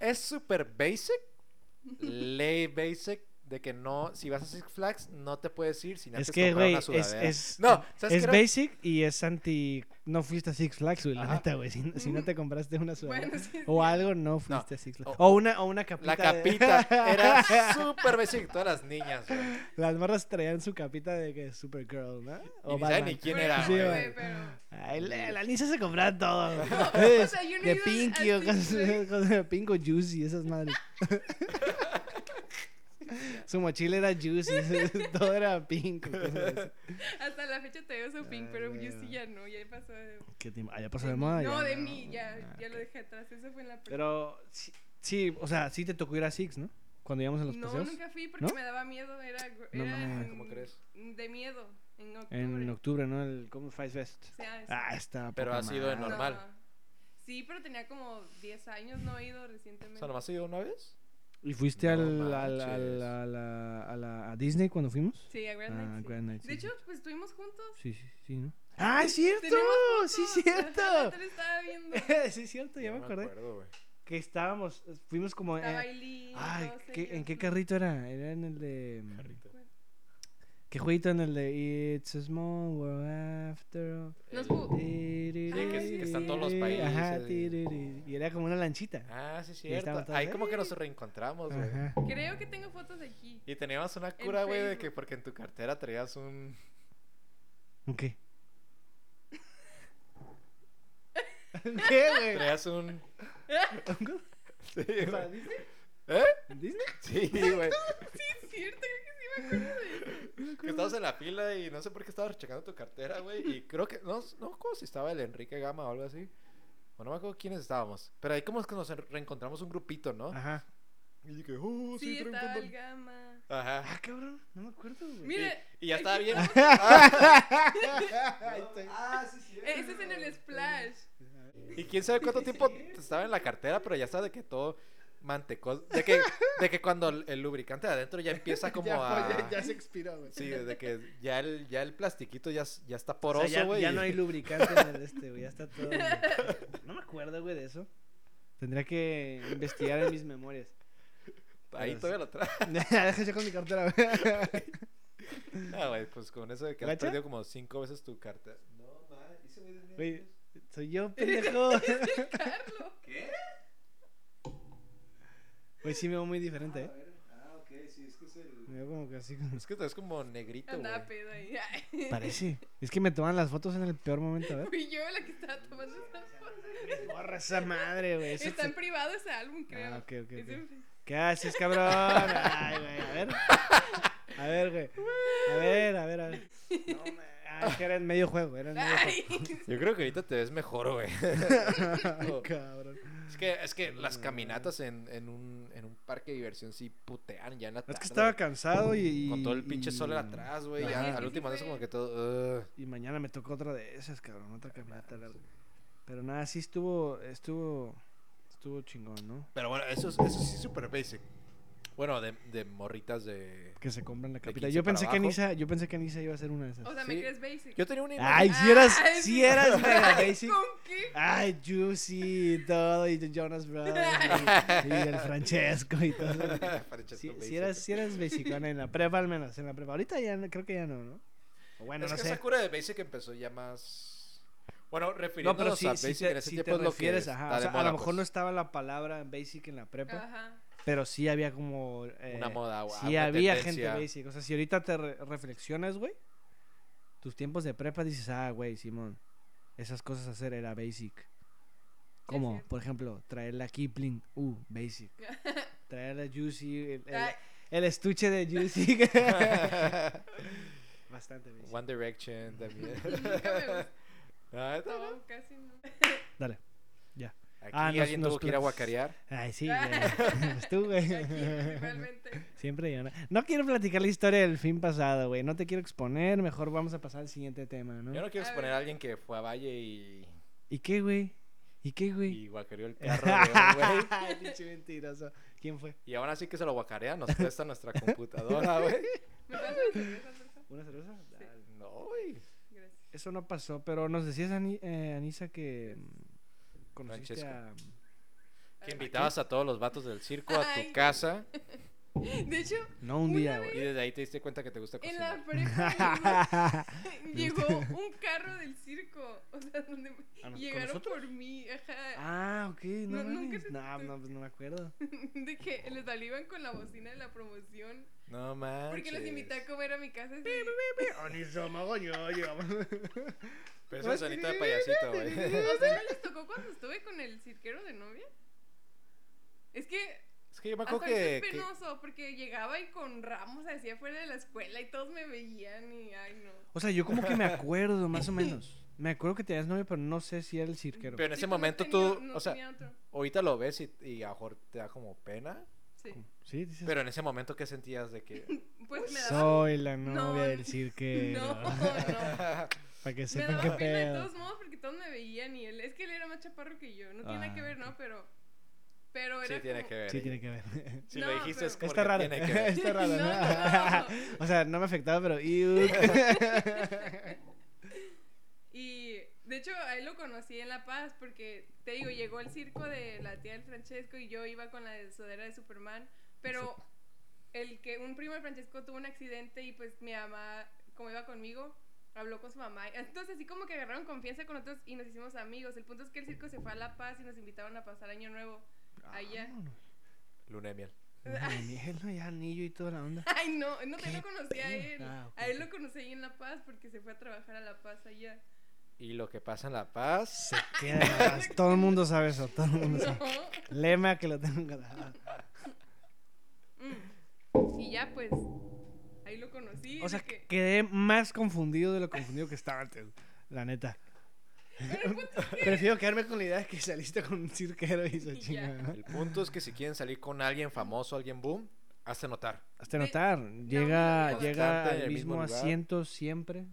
S3: es super basic, ley basic de que no si vas a Six Flags no te puedes ir sin
S1: Es
S3: antes
S1: que,
S3: comprar
S1: güey,
S3: una
S1: es,
S3: sudadera.
S1: es,
S3: no, ¿sabes
S1: es
S3: qué era?
S1: basic y es anti... No fuiste a Six Flags, güey, la
S3: Ajá.
S1: neta, güey. Si, si no te compraste una sudadera
S2: Bueno, sí,
S1: o algo, no fuiste a Six Flags. O una, o una capita.
S3: La
S1: de-
S3: capita era super basic todas las niñas, güey.
S1: Las morras traían su capita de que Supergirl, ¿no?
S3: Y ni saben ni quién era,
S1: Sí,
S2: Bueno,
S1: güey.
S2: güey, pero-
S1: Ay, la, la Lisa se compraba todo. güey.
S2: o sea, yo no
S1: de
S2: iba
S1: Pinky
S2: al
S1: o
S2: Six
S1: cosas,
S2: Flags.
S1: cosas de Pinko Juicy, esas madres. Su mochila era Juicy, todo era Pinko. cosas así.
S2: Hasta la fecha te veo su pink,
S1: Ah,
S2: pero yo
S1: bueno.
S2: sí ya no, ya pasó de...
S1: ¿Qué te- ah, ya pasó de moda.
S2: No,
S1: ya,
S2: de mí, ya,
S1: Ah,
S2: ya lo
S1: ok.
S2: dejé atrás, eso fue en la
S1: Pero sí, sí, o sea, sí te tocó ir a Six, ¿no? Cuando íbamos a los
S2: no,
S1: paseos.
S2: nunca fui porque
S1: ¿No?
S2: me daba miedo. Era, gr-
S1: No
S2: era
S1: mames.
S2: en-
S3: ¿Cómo crees?
S2: De miedo, en octubre.
S1: En octubre, ¿no? El Common Fest Fest.
S2: O sea, es-
S1: Ah, está.
S3: Pero ha sido
S2: no.
S3: normal.
S2: Sí, pero tenía como 10 años, no he ido recientemente.
S3: O sea, nomás se dio una vez.
S1: ¿Y fuiste
S3: No
S1: al, al, al,
S3: manches.
S1: a, la, a, la- a Disney cuando fuimos?
S2: Sí, a Grand
S1: Ah,
S2: Night, sí.
S1: Grand Night, sí,
S2: De hecho,
S1: sí.
S2: pues estuvimos juntos.
S1: Sí, sí, sí, ¿no? ¡Ah, es cierto!
S2: Tenemos
S1: ¡Sí,
S2: juntos.
S1: cierto!
S2: Ajá, te lo estaba viendo.
S1: sí, es cierto, ya
S3: No
S1: me acordé.
S3: acuerdo, güey.
S1: Que estábamos, fuimos como... eh,
S2: Estaba Aileen,
S1: ay,
S2: todos
S1: ¿qué- ¿en
S2: ellos.
S1: qué carrito era? Era en el de...
S3: Carrito.
S1: ¿Qué jueguito en el de It's a Small World After All?
S2: Los
S3: El-
S2: bu-
S1: Sí,
S2: que- que están todos
S3: los
S1: Ajá,
S3: países,
S1: tiriri. y era como una lanchita.
S3: Ah, sí,
S1: Y ahí estaban
S3: cierto.
S1: todos,
S3: Ahí como que nos
S1: "Ey".
S3: reencontramos, güey.
S1: Ajá.
S2: Creo que tengo fotos de aquí.
S3: Y teníamos una cura, güey, de que
S2: Facebook.
S3: porque en tu cartera traías un.
S1: ¿Un qué? ¿Un ¿Qué, güey?
S3: Traías un. Sí,
S1: ¿Para
S3: güey.
S1: Disney?
S3: ¿Eh?
S1: ¿Disney?
S3: Sí, güey.
S2: Sí, es cierto, creo que sí me acuerdo de eso.
S3: Que estabas en la fila y no sé por qué estabas checando tu cartera, güey. Y creo que. No, no me acuerdo si estaba el Enrique Gama o algo así. O no me acuerdo quiénes estábamos. Pero ahí como es que nos en- reencontramos un grupito, ¿no?
S1: Ajá.
S3: Y dije, oh, sí,
S2: Sí,
S3: trae un
S2: estaba
S3: condón".
S2: el gama.
S3: Ajá.
S1: Ah, cabrón, no me acuerdo, güey.
S3: Y,
S2: Mire,
S3: y ya estaba
S2: aquí
S3: bien.
S2: estamos.
S1: Ahí está.
S3: Ah, sí, sí.
S2: Eh, Ese es en el splash.
S3: Y quién sabe cuánto tiempo estaba en la cartera, pero ya está de que todo mantecoso. De que, de que cuando el el lubricante de adentro ya empieza como
S4: ya,
S3: a.
S4: fue, ya- ya se expiró, güey.
S3: Sí, de que ya el, ya el plastiquito ya, s- ya está
S1: O sea,
S3: poroso,
S1: ya,
S3: güey.
S1: ya
S3: y-
S1: no hay lubricante en el este, güey. Ya está todo. No me acuerdo, güey, de eso. Tendría que investigar en mis memorias.
S3: Ahí
S1: pero
S3: todavía lo trae.
S1: Deja yo con mi cartera, güey.
S3: Ah, güey, pues con eso de que has
S1: ¿Gacha?
S3: perdido como cinco veces tu cartera. No, madre, hice
S1: Güey, soy yo, pendejo.
S2: Carlos.
S1: Güey, sí me veo muy diferente, ¿eh?
S3: Ah, ok, sí, es que es el.
S1: Me veo como que así como...
S3: Es que te ves como negrito, güey.
S2: Andaba pedo ahí. Ay,
S1: Parece. Es que me toman las fotos en el peor momento, a ver.
S2: Fui yo la que estaba tomando esta foto.
S1: Borra esa madre, güey. Eso
S2: Está en
S1: te-
S2: privado ese álbum, creo.
S1: Ah, ok, ok,
S2: Es
S1: ok.
S2: en-
S1: ¿Qué haces, cabrón? Ay, güey, a ver. A ver, güey. A ver, a ver, a ver. No, me... Ah, es que era en medio juego, era en medio
S2: Ay,
S3: Yo creo que ahorita te ves mejor, güey.
S1: juego. Ay, cabrón.
S3: Es que, es que las
S1: Mm.
S3: caminatas en, en, un, en un parque de diversión sí putean ya en la
S1: Es
S3: tarde.
S1: que estaba cansado y...
S3: Con todo el pinche
S1: y-
S3: sol atrás, güey.
S1: Ajá.
S3: Ya
S2: Sí,
S3: al
S2: sí
S3: último
S2: fue.
S3: es como que todo. "Ugh".
S1: Y mañana me tocó otra de esas, cabrón. Otra caminata larga. Pero nada, sí estuvo... Estuvo... Estuvo chingón, ¿no?
S3: Pero bueno, eso, es- eso sí es súper basic. Bueno, de, de morritas de.
S1: Que se compran la
S3: De
S1: capital.
S3: 15
S1: Yo pensé
S3: para
S1: que
S3: abajo.
S1: Anisa... Yo pensé que Anisa iba a hacer una de esas.
S2: o sea,
S3: Sí.
S2: me crees basic.
S3: Yo tenía una imagen.
S1: Ay, si eras,
S2: Ay,
S1: si
S2: sí.
S1: eras mega basic.
S2: ¿Con qué?
S1: Ay, Juicy y todo, y Jonas Brothers, y, y el Francesco y todo.
S3: Parecía
S1: Si,
S3: todo
S1: si eras,
S3: basic.
S1: si eras basicona en la prepa, al menos, en la prepa. Ahorita ya no- creo que ya no, ¿no? O bueno,
S3: es
S1: no
S3: que
S1: sé.
S3: esa cura de basic empezó ya más. Bueno,
S1: No,
S3: refiriéndonos
S1: pero sí,
S3: a
S1: si
S3: basic en
S1: te,
S3: ese
S1: si te
S3: tiempo es lo que.
S1: refieres,
S3: está
S1: ajá, o
S3: de
S1: sea, a
S3: moda,
S1: lo mejor
S3: pues.
S1: no estaba la palabra basic en la prepa,
S2: Ajá.
S1: pero sí había como... eh,
S3: Una moda, o
S1: Sí
S3: una
S1: había
S3: tendencia.
S1: gente basic. O sea, si ahorita te re- reflexionas, güey, tus tiempos de prepa dices, ah, güey, Simón, esas cosas hacer era basic. Como,
S2: cierto.
S1: por ejemplo, traer la Kipling, uh, basic. Traer la Juicy, el, el-
S2: Ay,
S1: el estuche de Juicy. Bastante basic.
S3: One Direction también.
S2: nunca me gustó,
S3: Ah, está bueno.
S2: no, casi no.
S1: Dale.
S3: Aquí
S1: Ah, nos-
S3: alguien
S1: nos
S3: tuvo que ir a
S1: plat-
S3: guacarear.
S1: Ay, sí, güey. Pues tú, güey.
S2: Aquí, principalmente.
S1: Siempre yo. No, no quiero platicar la historia del fin pasado, güey. No te quiero exponer. Mejor vamos a pasar al siguiente tema, ¿no?
S3: Yo no quiero
S2: A
S3: exponer
S2: ver.
S3: a alguien que fue a Valle y,
S1: ¿Y qué, güey? ¿Y qué, güey?
S3: y guacareó el carro de un güey.
S1: Ay, pinche mentiroso. ¿Quién fue?
S3: Y aún así que se lo guacarea, nos presta nuestra computadora, güey.
S2: ¿Me pasas la cerveza, porfa?
S1: ¿Una cerveza? Dale.
S3: No, güey.
S2: Gracias.
S1: Eso no pasó, pero nos decías, Ani- eh, Anisa, que mm, conociste mm,
S3: Francesco. Que
S2: Ay,
S3: invitabas a todos los vatos del circo a tu
S2: Ay.
S3: casa
S2: De hecho,
S1: a... No un día,
S3: y
S1: güey.
S3: desde ahí te diste cuenta que te gusta
S2: en
S3: cocinar.
S2: la prepa
S3: Este
S2: llegó- llegó un carro del circo. O sea, donde
S1: ¿con
S2: llegaron
S1: nosotros?
S2: por mí. Ajá.
S1: Ah, ok, no
S2: No, nunca
S1: mames.
S2: te-
S1: No, no, pues no me acuerdo.
S2: De que les salían con la bocina de la promoción.
S3: No manches.
S2: Porque los invité a comer a mi casa. así.
S1: Anisa, magoño,
S3: Pero eso es sonito de payasito, güey.
S2: O sea, ¿no les tocó cuando estuve con el cirquero de novia? Es que
S3: Es que yo me
S2: hasta
S3: acuerdo
S2: ahorita
S3: que...
S2: es
S3: que-
S2: penoso porque llegaba y con ramos así afuera de la escuela y todos me veían y ay no.
S1: O sea, yo como que me acuerdo, más o menos. Me acuerdo que tenías novio, pero no sé si era el cirquero.
S3: Pero en
S2: Sí,
S3: ese
S2: pues, no
S3: momento
S2: tenía-
S3: tú...
S2: no
S3: o sea,
S2: tenía otro.
S3: ahorita lo ves y, y a lo mejor te da como pena.
S2: Sí.
S1: Sí, dices,
S3: Pero en ese momento, ¿qué sentías de que...?
S2: Pues me daba.
S1: soy la
S2: No,
S1: novia del
S2: no,
S1: cirquero.
S2: no.
S1: Para que
S2: Me
S1: sepan qué
S2: daba pena de
S1: pedo.
S2: todos modos porque todos me veían y él. Es que él era más chaparro que yo. No tiene nada que
S1: Ah,
S2: ver, ¿no? Pero. Pero era.
S3: sí tiene
S2: como-
S3: que ver.
S1: Sí,
S3: ¿eh?
S1: tiene que ver.
S3: Si
S2: No,
S3: lo dijiste es
S2: pero-
S1: Está raro.
S3: tiene que ver.
S1: Está raro,
S2: No,
S1: ¿no?
S2: no,
S1: O sea, no me afectaba, pero. uh. iu.
S2: Y de hecho, a él lo conocí en La Paz porque, te digo, llegó el circo de la tía del Francesco y yo iba con la sudadera de Superman. Pero el que un primo de Francesco tuvo un accidente y pues mi mamá, como iba conmigo, habló con su mamá. Entonces así como que agarraron confianza con nosotros y nos hicimos amigos. El punto es que el circo se fue a La Paz y nos invitaron a pasar Año Nuevo. Allá.
S3: Luna de miel.
S1: Luna de miel, no, ya anillo y toda la onda.
S2: Ay, no, no te
S1: ¿Qué
S2: lo conocí a
S1: pedo?
S2: él.
S1: Ah, ok,
S2: A él
S1: ok.
S2: lo conocí ahí en La Paz porque se fue a trabajar a La Paz allá.
S3: Y lo que pasa en La Paz...
S1: Se queda en La Paz. Todo el mundo sabe eso. Todo el mundo sabe.
S2: No.
S1: Lema que lo tengo grabado.
S2: Mm. Y ya pues ahí lo conocí.
S1: O sea,
S2: de que-
S1: quedé más confundido de lo confundido que estaba antes. La neta.
S2: Pero el punto es que-
S1: Prefiero quedarme con la idea de que saliste con un cirquero y se
S2: Y ya.
S1: chingada.
S3: El punto es que si quieren salir con alguien famoso, alguien boom, hazte notar.
S1: Hasta
S2: Ve-
S1: notar, llega, llega
S2: no,
S3: constante en
S1: al
S3: el mismo
S1: mismo
S3: lugar.
S1: asiento siempre.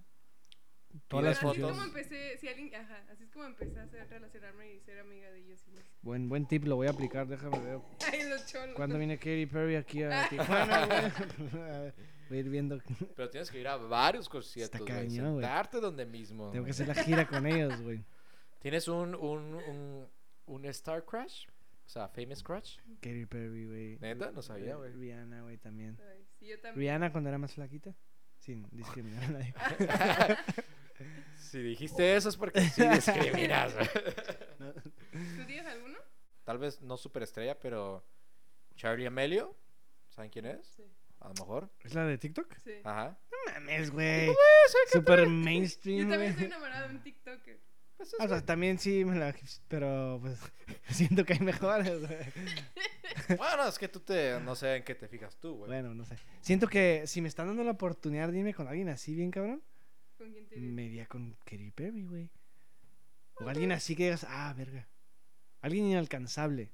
S1: Todas
S3: Pide
S1: las
S2: Pero así
S1: fotos.
S2: es como empecé, si alguien, ajá, así es como empecé a hacer- relacionarme y ser amiga de ellos. y más.
S1: Buen, buen tip, lo voy a aplicar, déjame ver.
S2: Ay, los cholos.
S1: ¿Cuándo viene Katy Perry aquí a Tijuana? güey? A ver, Voy a ir viendo.
S3: Pero tienes que ir a varios conciertos, güey,
S1: cañón, güey.
S3: Sentarte donde mismo.
S1: Tengo que
S3: güey.
S1: hacer la gira con ellos, güey.
S3: ¿Tienes un, un, un, un Star Crush? O sea, Famous Crush.
S1: Katy Perry, güey.
S3: Neta, no sabía, güey.
S1: Rihanna, güey, también.
S2: Ay, sí, yo también.
S1: Rihanna cuando era más flaquita. Sin discriminar a nadie.
S3: Si dijiste eso es porque sí discriminas. güey.
S2: ¿Tú tienes alguno?
S3: Tal vez no superestrella, pero Charlie Amelio. ¿Saben quién es?
S2: Sí.
S3: A lo mejor.
S1: ¿Es la de TikTok?
S2: Sí.
S3: Ajá.
S1: No mames, güey. Super mainstream,
S2: Yo también
S1: güey.
S2: estoy enamorada de un TikToker.
S3: Pues es
S1: O sea, también sí me la. Pero pues. Siento que hay mejores, güey.
S3: que- Bueno, es que tú te... No sé en qué te fijas tú, güey.
S1: Bueno, no sé. Siento que si me están dando la oportunidad de irme con alguien así, bien cabrón,
S2: ¿Con quién te
S1: me iría con Katy Perry, güey. O alguien así que digas, ah, verga. Alguien inalcanzable.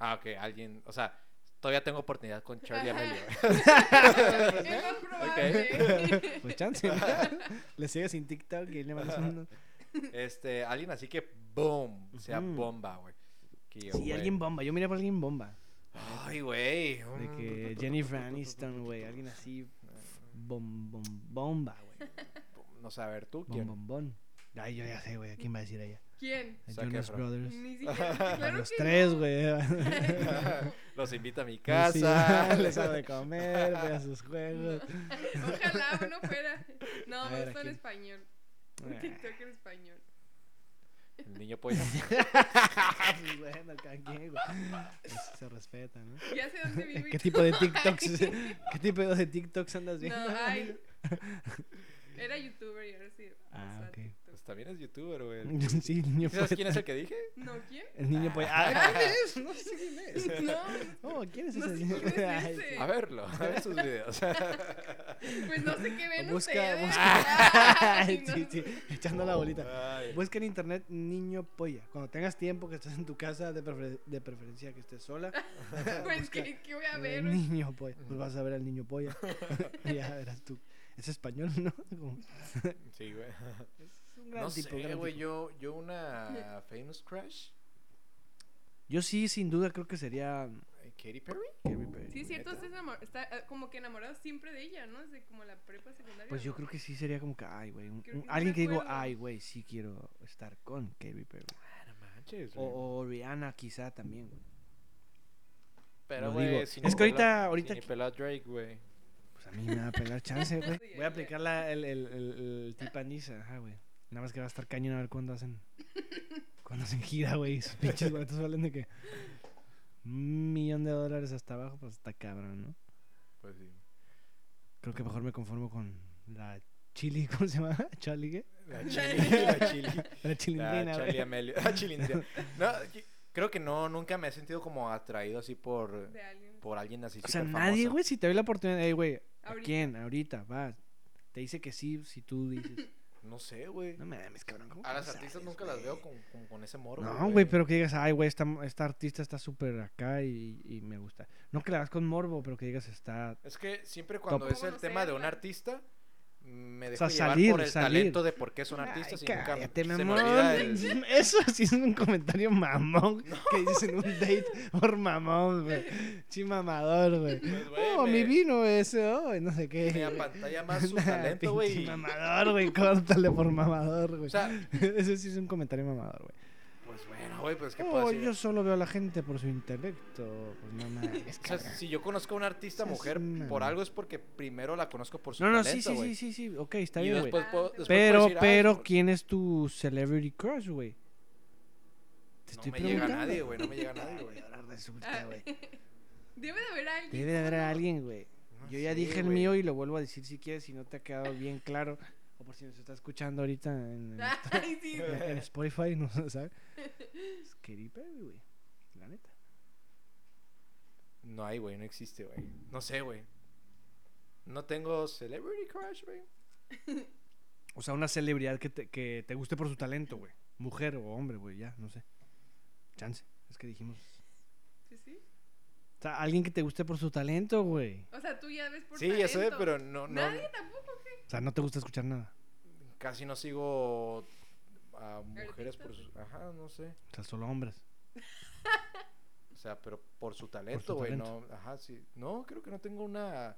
S3: Ah, ok. Alguien... O sea, todavía tengo oportunidad con Charlie
S2: Ajá.
S3: Amelio.
S2: Es más probable.
S1: Pues chance. ¿no? Le sigues sin TikTok y le mandas un.
S3: Este, alguien así que boom, sea
S1: Ujú.
S3: bomba, güey. Que yo,
S1: Sí,
S3: güey.
S1: alguien bomba. Yo miré por alguien bomba.
S3: Ay, güey. Mm.
S1: De que Jennifer Aniston, güey. Alguien así. Bom, bom, bomba, güey.
S3: Ah, No sé, a ver, tú
S1: Bom,
S3: quién.
S1: bom, bom. Ay, yo ya sé, güey. ¿A quién va a decir ella?
S2: ¿Quién?
S1: A
S3: Zac
S1: Jonas
S3: Efron.
S1: Brothers.
S2: Ni siquiera. Claro
S1: a los
S2: que
S1: tres,
S2: no.
S1: güey.
S3: Los invito a mi
S1: Sí,
S3: casa.
S1: les hago de comer, voy a sus juegos.
S2: Ojalá uno fuera. No,
S1: A
S2: me
S1: ver,
S2: gusta
S1: ¿a
S2: el
S1: quién?
S2: español.
S1: Eh.
S2: Un TikToker español.
S3: El niño pollo.
S1: Pues bueno, cada quien, güey. Pues se respeta, ¿no?
S2: Ya sé dónde vivo. y
S1: ¿Qué
S2: todo.
S1: tipo de TikToks? ¿Qué tipo de TikToks andas viendo?
S2: No, ay. Era youtuber y ahora sí.
S1: Ah,
S2: pasa a
S1: ok.
S2: TikTok.
S3: Pues también es youtuber, güey.
S1: Sí, niño
S3: ¿Sabes
S1: poeta.
S3: quién es el que dije?
S2: ¿No quién?
S1: El niño poeta. Ah, ¿Quién es? No sé quién es.
S2: No, no,
S1: Oh, ¿quién es
S2: No
S1: ese?
S2: sé quién es
S1: Ay,
S2: ese.
S3: A verlo, a ver sus videos.
S2: pues no sé qué ven
S1: Busca,
S2: ustedes.
S1: busca.
S2: Ay,
S1: Ay,
S2: no.
S1: sí, sí, echando la bolita.
S3: Ay.
S1: Busca en internet niño polla. Cuando tengas tiempo, que estés en tu casa, de, prefer- de preferencia que estés sola.
S2: Pues
S1: busca.
S2: ¿qué, qué voy a
S1: El
S2: ver.
S1: niño polla. Pues vas a ver al niño polla. Y ya verás tú. Es español, ¿no? Como-
S3: Sí, güey.
S1: es un gran
S3: No
S1: tipo,
S3: sé,
S1: gran
S3: güey.
S1: tipo.
S3: Yo, yo una famous crush.
S1: Yo sí, sin duda, creo que sería
S3: eh, Katy Perry.
S1: Katy Perry.
S2: Sí, es cierto,
S3: ¿Neta?
S2: usted enamor- está eh, como que enamorado siempre de ella, ¿no? Desde como la prepa secundaria.
S1: Pues yo
S2: ¿no?
S1: creo que sí sería como que, ay, güey. un-
S2: Creo
S1: un-
S2: que no
S1: alguien
S2: me
S1: que digo,
S2: acuerdo.
S1: ay, güey, sí quiero estar con Katy Perry.
S3: Ah, no manches, güey.
S1: O, o Rihanna, quizá también, güey.
S3: Pero,
S1: lo
S3: güey,
S1: digo.
S3: si
S1: Es
S3: ni
S1: que ahorita-
S3: pela-
S1: ahorita
S3: si ni
S1: que-
S3: pela Drake, güey.
S1: Pues a mí me va a pelar chance, güey.
S2: Sí,
S1: Voy a
S2: ahí-
S1: aplicar la, el, el, el, el tip Anissa, ajá, güey. Nada más que va a estar cañón a ver cuándo hacen. Cuándo hacen gira, güey. y Sus pinches boletos valen de que. Un millón de dólares hasta abajo, pues está cabrón, ¿no?
S3: Pues sí.
S1: Creo que mejor me conformo con la Chili, ¿cómo se llama? ¿Charlie qué?
S3: La chili, la chili.
S1: La chilindrina,
S3: Ah,
S1: güey.
S3: Charlie Amelio. Ah, Chilindrina. No, qui- creo que no, nunca me he sentido como atraído así por,
S2: De alguien.
S3: por alguien así.
S1: O sea,
S3: superfamoso.
S1: nadie, güey, si te doy la oportunidad, Ey, güey, ¿a
S2: Ahorita.
S1: quién? Ahorita, va. Te dice que sí, si tú dices.
S3: No sé, güey.
S1: No mames, cabrón. ¿cómo
S3: A
S1: que
S3: las
S1: no
S3: artistas
S1: sabes,
S3: nunca las
S1: güey?
S3: veo con, con, con ese morro.
S1: No, güey, pero que digas, ay, güey, esta, esta artista está súper acá y, y me gusta. No que la hagas con morbo, pero que digas, está.
S3: Es que siempre cuando
S2: Top.
S3: es el
S2: ¿Cómo lo
S3: tema de un
S2: sepan?
S3: artista, me dejo
S1: sea,
S3: llevar
S1: salir,
S3: por el
S1: salir.
S3: talento de por qué son
S1: Ay,
S3: artistas y nunca
S1: cállate,
S3: se me
S1: mamón.
S3: olvida el-
S1: Eso sí es un comentario mamón que dices en un date por mamón, güey. Chimamador, güey.
S3: Pues, güey,
S1: Oh,
S3: me-
S1: mi vino ese, oh, y no sé qué.
S3: Me apantalla más su
S1: Nah,
S3: talento, güey.
S1: pinche
S3: y-
S1: Mamador, güey, córtale por mamador, güey.
S3: O sea,
S1: Eso sí es un comentario mamador, güey.
S3: pues bueno, güey, pues qué puedo
S1: Oh,
S3: decir.
S1: yo solo veo a la gente por su intelecto. Pues no mames,
S3: O sea,
S1: cabrón.
S3: si yo conozco a una artista
S1: Esa es
S3: mujer
S1: una-
S3: por algo es porque primero la conozco por su
S1: No, no, sí,
S3: talento,
S1: sí,
S3: güey.
S1: sí, sí, sí, ok, está
S3: y
S1: bien, güey.
S3: después puedo,
S2: Pero,
S3: después puedo
S1: Pero,
S3: decir, "Ah, es
S1: pero,
S3: por-
S1: ¿quién es tu celebrity crush, güey? Te
S3: No
S1: estoy
S3: me llega
S1: preguntando.
S3: nadie, güey, no me llega nadie, güey.
S1: Ay, ahora resulta,
S2: Ah,
S1: este güey.
S2: Debe de haber alguien.
S1: Debe de haber a alguien, güey.
S3: No
S1: Yo ya
S3: sé,
S1: dije el
S3: güey.
S1: mío y lo vuelvo a decir si quieres, si no te ha quedado bien claro. O por si nos está escuchando ahorita en, en-
S2: Ay, sí, sí.
S1: en Spotify, no sé, ¿sabes? Es Katy Perry, güey. La neta.
S3: No hay, güey, no existe, güey. No sé, güey. No tengo celebrity crush, güey.
S1: O sea, una celebridad que te, que te guste por su talento, güey. Mujer o hombre, güey, ya, no sé. Chance, es que dijimos.
S2: Sí, sí.
S1: O sea, alguien que te guste por su talento, güey.
S2: O sea, tú ya ves por
S3: Sí, ya sé,
S2: talento.
S3: pero no, no
S2: Nadie tampoco.
S1: O sea, no te gusta escuchar nada.
S3: casi no sigo a mujeres por su, ajá, no sé.
S1: O sea, solo hombres.
S3: O sea, pero por su talento, güey, no,
S1: talento.
S3: ajá, sí. No, creo que no tengo una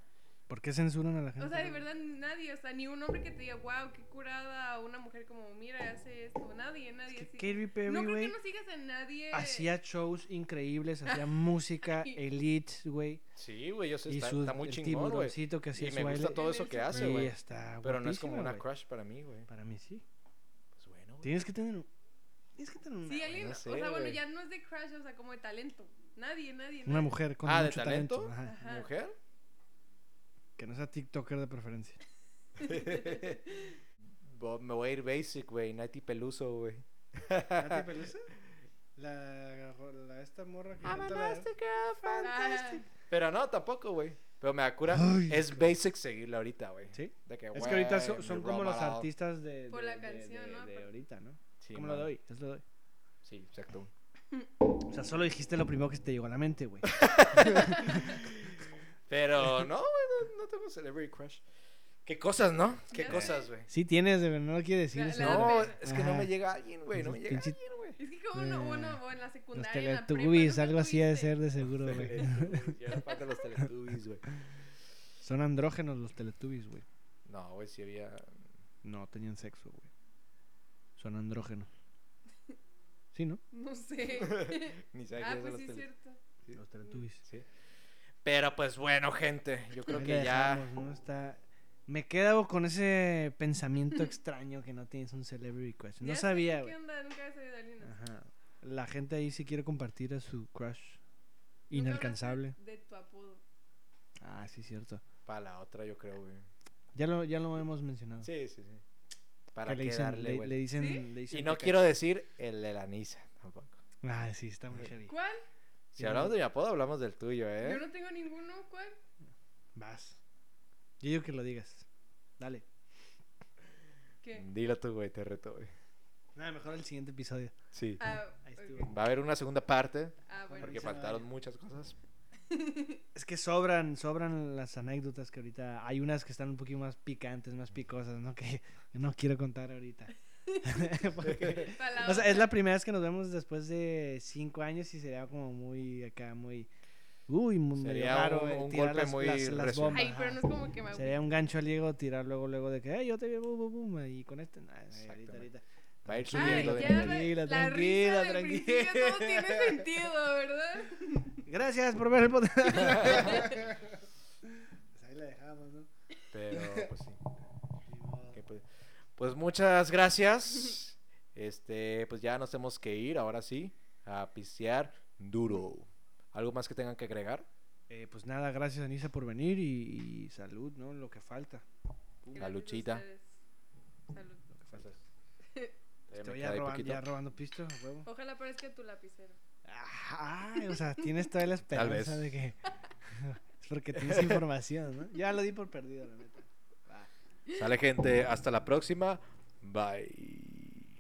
S1: ¿Por qué censuran a la gente?
S2: O sea, de
S1: güey?
S2: verdad nadie. O sea, ni un hombre que te diga, wow, qué curada. O una mujer como, mira, hace esto. Nadie, nadie.
S1: Es que
S2: así.
S1: Katy Perry,
S2: no creo
S1: güey,
S2: que no sigas a nadie.
S1: hacía shows increíbles, hacía música
S2: Ay.
S1: elite, güey.
S3: Sí, güey, yo sé,
S1: Y
S3: está,
S1: su
S3: está muy
S1: el
S3: chingón, güey.
S1: tiburoncito que hacía
S3: Y
S1: su
S3: me
S1: baile.
S3: gusta todo eso que hace,
S1: y
S3: güey.
S1: está
S3: Pero no es como
S1: guapísima,
S3: una
S1: güey.
S3: crush para mí, güey.
S1: Para mí sí.
S3: Pues bueno, güey.
S1: Tienes que tener un... Tienes que tener una,
S2: Sí,
S1: güey.
S2: alguien.
S3: sé,
S2: o sea, bueno,
S3: güey.
S2: ya no es de crush, o sea, como de talento. Nadie, nadie.
S1: Una
S2: nadie.
S1: mujer con
S3: Ah, ¿de
S1: mucho talento.
S3: talento?
S1: ajá.
S2: Ajá.
S3: ¿Mujer?
S1: Que no sea TikToker de preferencia.
S3: Bo- me voy a ir basic, güey. Nati Peluso, güey.
S1: ¿Nati Peluso? La, la- esta morra
S2: Ah,
S1: que canta la-
S2: este- Fantastic.
S3: Pero no, tampoco, güey. Pero me da cura.
S1: Ay,
S3: es basic seguirla ahorita, güey.
S1: Sí.
S3: De que,
S1: Es que ahorita
S3: güey,
S1: son,
S3: mi
S1: son como
S3: role
S1: los
S3: model.
S1: artistas de,
S2: Por
S1: de-
S2: la
S1: de-
S2: canción,
S1: de-
S2: ¿no?
S1: de
S2: Por-
S1: ahorita, ¿no?
S3: Sí,
S1: ¿Cómo lo
S3: man.
S1: doy? Es lo doy.
S3: Sí, exacto.
S1: O sea, solo dijiste lo primero que te llegó a la mente, güey.
S3: Pero no, güey, no, no tengo celebrity crush. Qué cosas, ¿no? Qué
S2: Ya sé.
S3: cosas, güey.
S1: Sí tienes, de verdad, no lo quieres decir.
S2: La-
S1: ese,
S2: la-
S1: güey.
S3: No,
S2: pena.
S3: es que no me
S1: Ajá.
S3: llega alguien, güey. No me
S1: Esos
S3: llega
S1: pinches-
S3: alguien, güey.
S2: Es que como uno,
S1: Eh,
S2: uno o en la
S1: Los
S2: secundaria. en la prepa,
S1: Teletubbies,
S2: nunca
S1: algo así ha de
S2: tuviste.
S1: ser de seguro, güey.
S3: Teletubbies, Ya me faltan los Teletubbies, güey.
S1: Son andrógenos los Teletubbies, güey.
S3: No, güey, sí había.
S1: No, tenían sexo, güey. Son andrógenos. ¿Sí, no?
S2: No sé.
S3: Ni sabía
S2: ah,
S3: quiénes
S2: pues sí, es
S3: eran los Teletubbies.
S2: cierto.
S3: Sí.
S1: Los Teletubbies.
S3: Sí. Pero pues bueno, gente. Yo creo
S1: Ahí
S3: que
S1: la
S3: ya.
S1: dejamos, ¿no? Está- Me quedo con ese pensamiento extraño que no tienes un celebrity crush. No
S2: Ya sé,
S1: sabía,
S2: ¿Qué
S1: güey.
S2: onda? Nunca había sabido de alguien así.
S1: Ajá. La gente ahí sí quiere compartir a su crush
S2: Nunca
S1: inalcanzable.
S2: hablaste De tu apodo.
S1: Ah, sí, cierto.
S3: Para la otra, yo creo, güey.
S1: Ya lo, ya lo hemos mencionado.
S3: Sí, sí, sí.
S1: Que
S3: Para
S1: le
S3: qué
S1: dicen,
S3: darle,
S1: le-
S3: güey.
S1: le dicen-
S2: ¿Sí?
S1: le dicen
S3: Y no
S1: tecachi.
S3: quiero decir el de la Nisa tampoco.
S1: Ah, sí, está muy heavy.
S2: ¿Cuál?
S3: Si hablamos de mi apodo, hablamos del tuyo,
S2: Yo
S3: ¿eh?
S2: no tengo ninguno. ¿Cuál?
S1: Vas. Yo digo que lo digas. Dale.
S2: ¿Qué?
S1: Mm.
S3: Dilo tú, güey, te reto, güey.
S1: Nada, mejor el siguiente episodio.
S3: Sí.
S2: Ah,
S1: Ahí
S2: ok.
S1: estuvo.
S3: Va a haber una segunda parte
S2: Ah, bueno.
S3: porque
S1: Avisa,
S3: faltaron
S1: vaya.
S3: muchas cosas.
S1: Es que sobran, sobran las anécdotas que ahorita hay unas que están un poquito más picantes, más picosas, ¿no? Que no quiero contar ahorita. Porque-
S2: Para la
S1: o sea, es la
S2: otra.
S1: primera vez que nos vemos después de cinco años y sería como muy acá, muy... Uy, muy medio
S3: Sería
S1: raro,
S3: un-
S1: eh,
S3: un
S1: tirar
S3: golpe
S1: las-
S3: muy
S1: las- las
S3: resu-
S1: bombas,
S2: Ay, pero no es
S1: ajá.
S2: como que me
S1: Sería un gancho al Diego tirar luego, luego de que, "Ey, yo te veo, bum, bum, bum", y con este, nah, ahorita,
S3: Exactamente.
S1: ahorita.
S3: Va a
S2: Ay,
S3: ir subiendo. de
S2: ya,
S1: Tranquila,
S3: nivel.
S2: la- la
S1: tranquila,
S2: risa del
S1: tranquila.
S2: principio todo tiene sentido, ¿verdad?
S1: Gracias por ver el podcast. Pues ahí la dejamos, ¿no?
S3: Pero, pues sí.
S1: Ni modo.
S3: Ok, pues, pues muchas gracias. Este, pues ya nos tenemos que ir ahora sí a pistear duro. ¿Algo más que tengan que agregar?
S1: Eh, pues nada, gracias Anisa por venir y, y salud, ¿no? Lo que falta.
S3: La luchita.
S2: Gracias a ustedes. Salud.
S3: Gracias.
S1: Te
S3: me
S1: voy
S3: queda
S1: ya,
S3: ahí
S1: roban-
S3: poquito.
S1: ya robando pisto, a huevo.
S2: Ojalá parezca tu lapicero.
S1: Ajá, o sea, tienes toda la esperanza
S3: vez.
S1: de que... es porque tienes información, ¿no? Ya lo di por perdido, la neta. Va.
S3: Sale gente, hasta la próxima. Bye.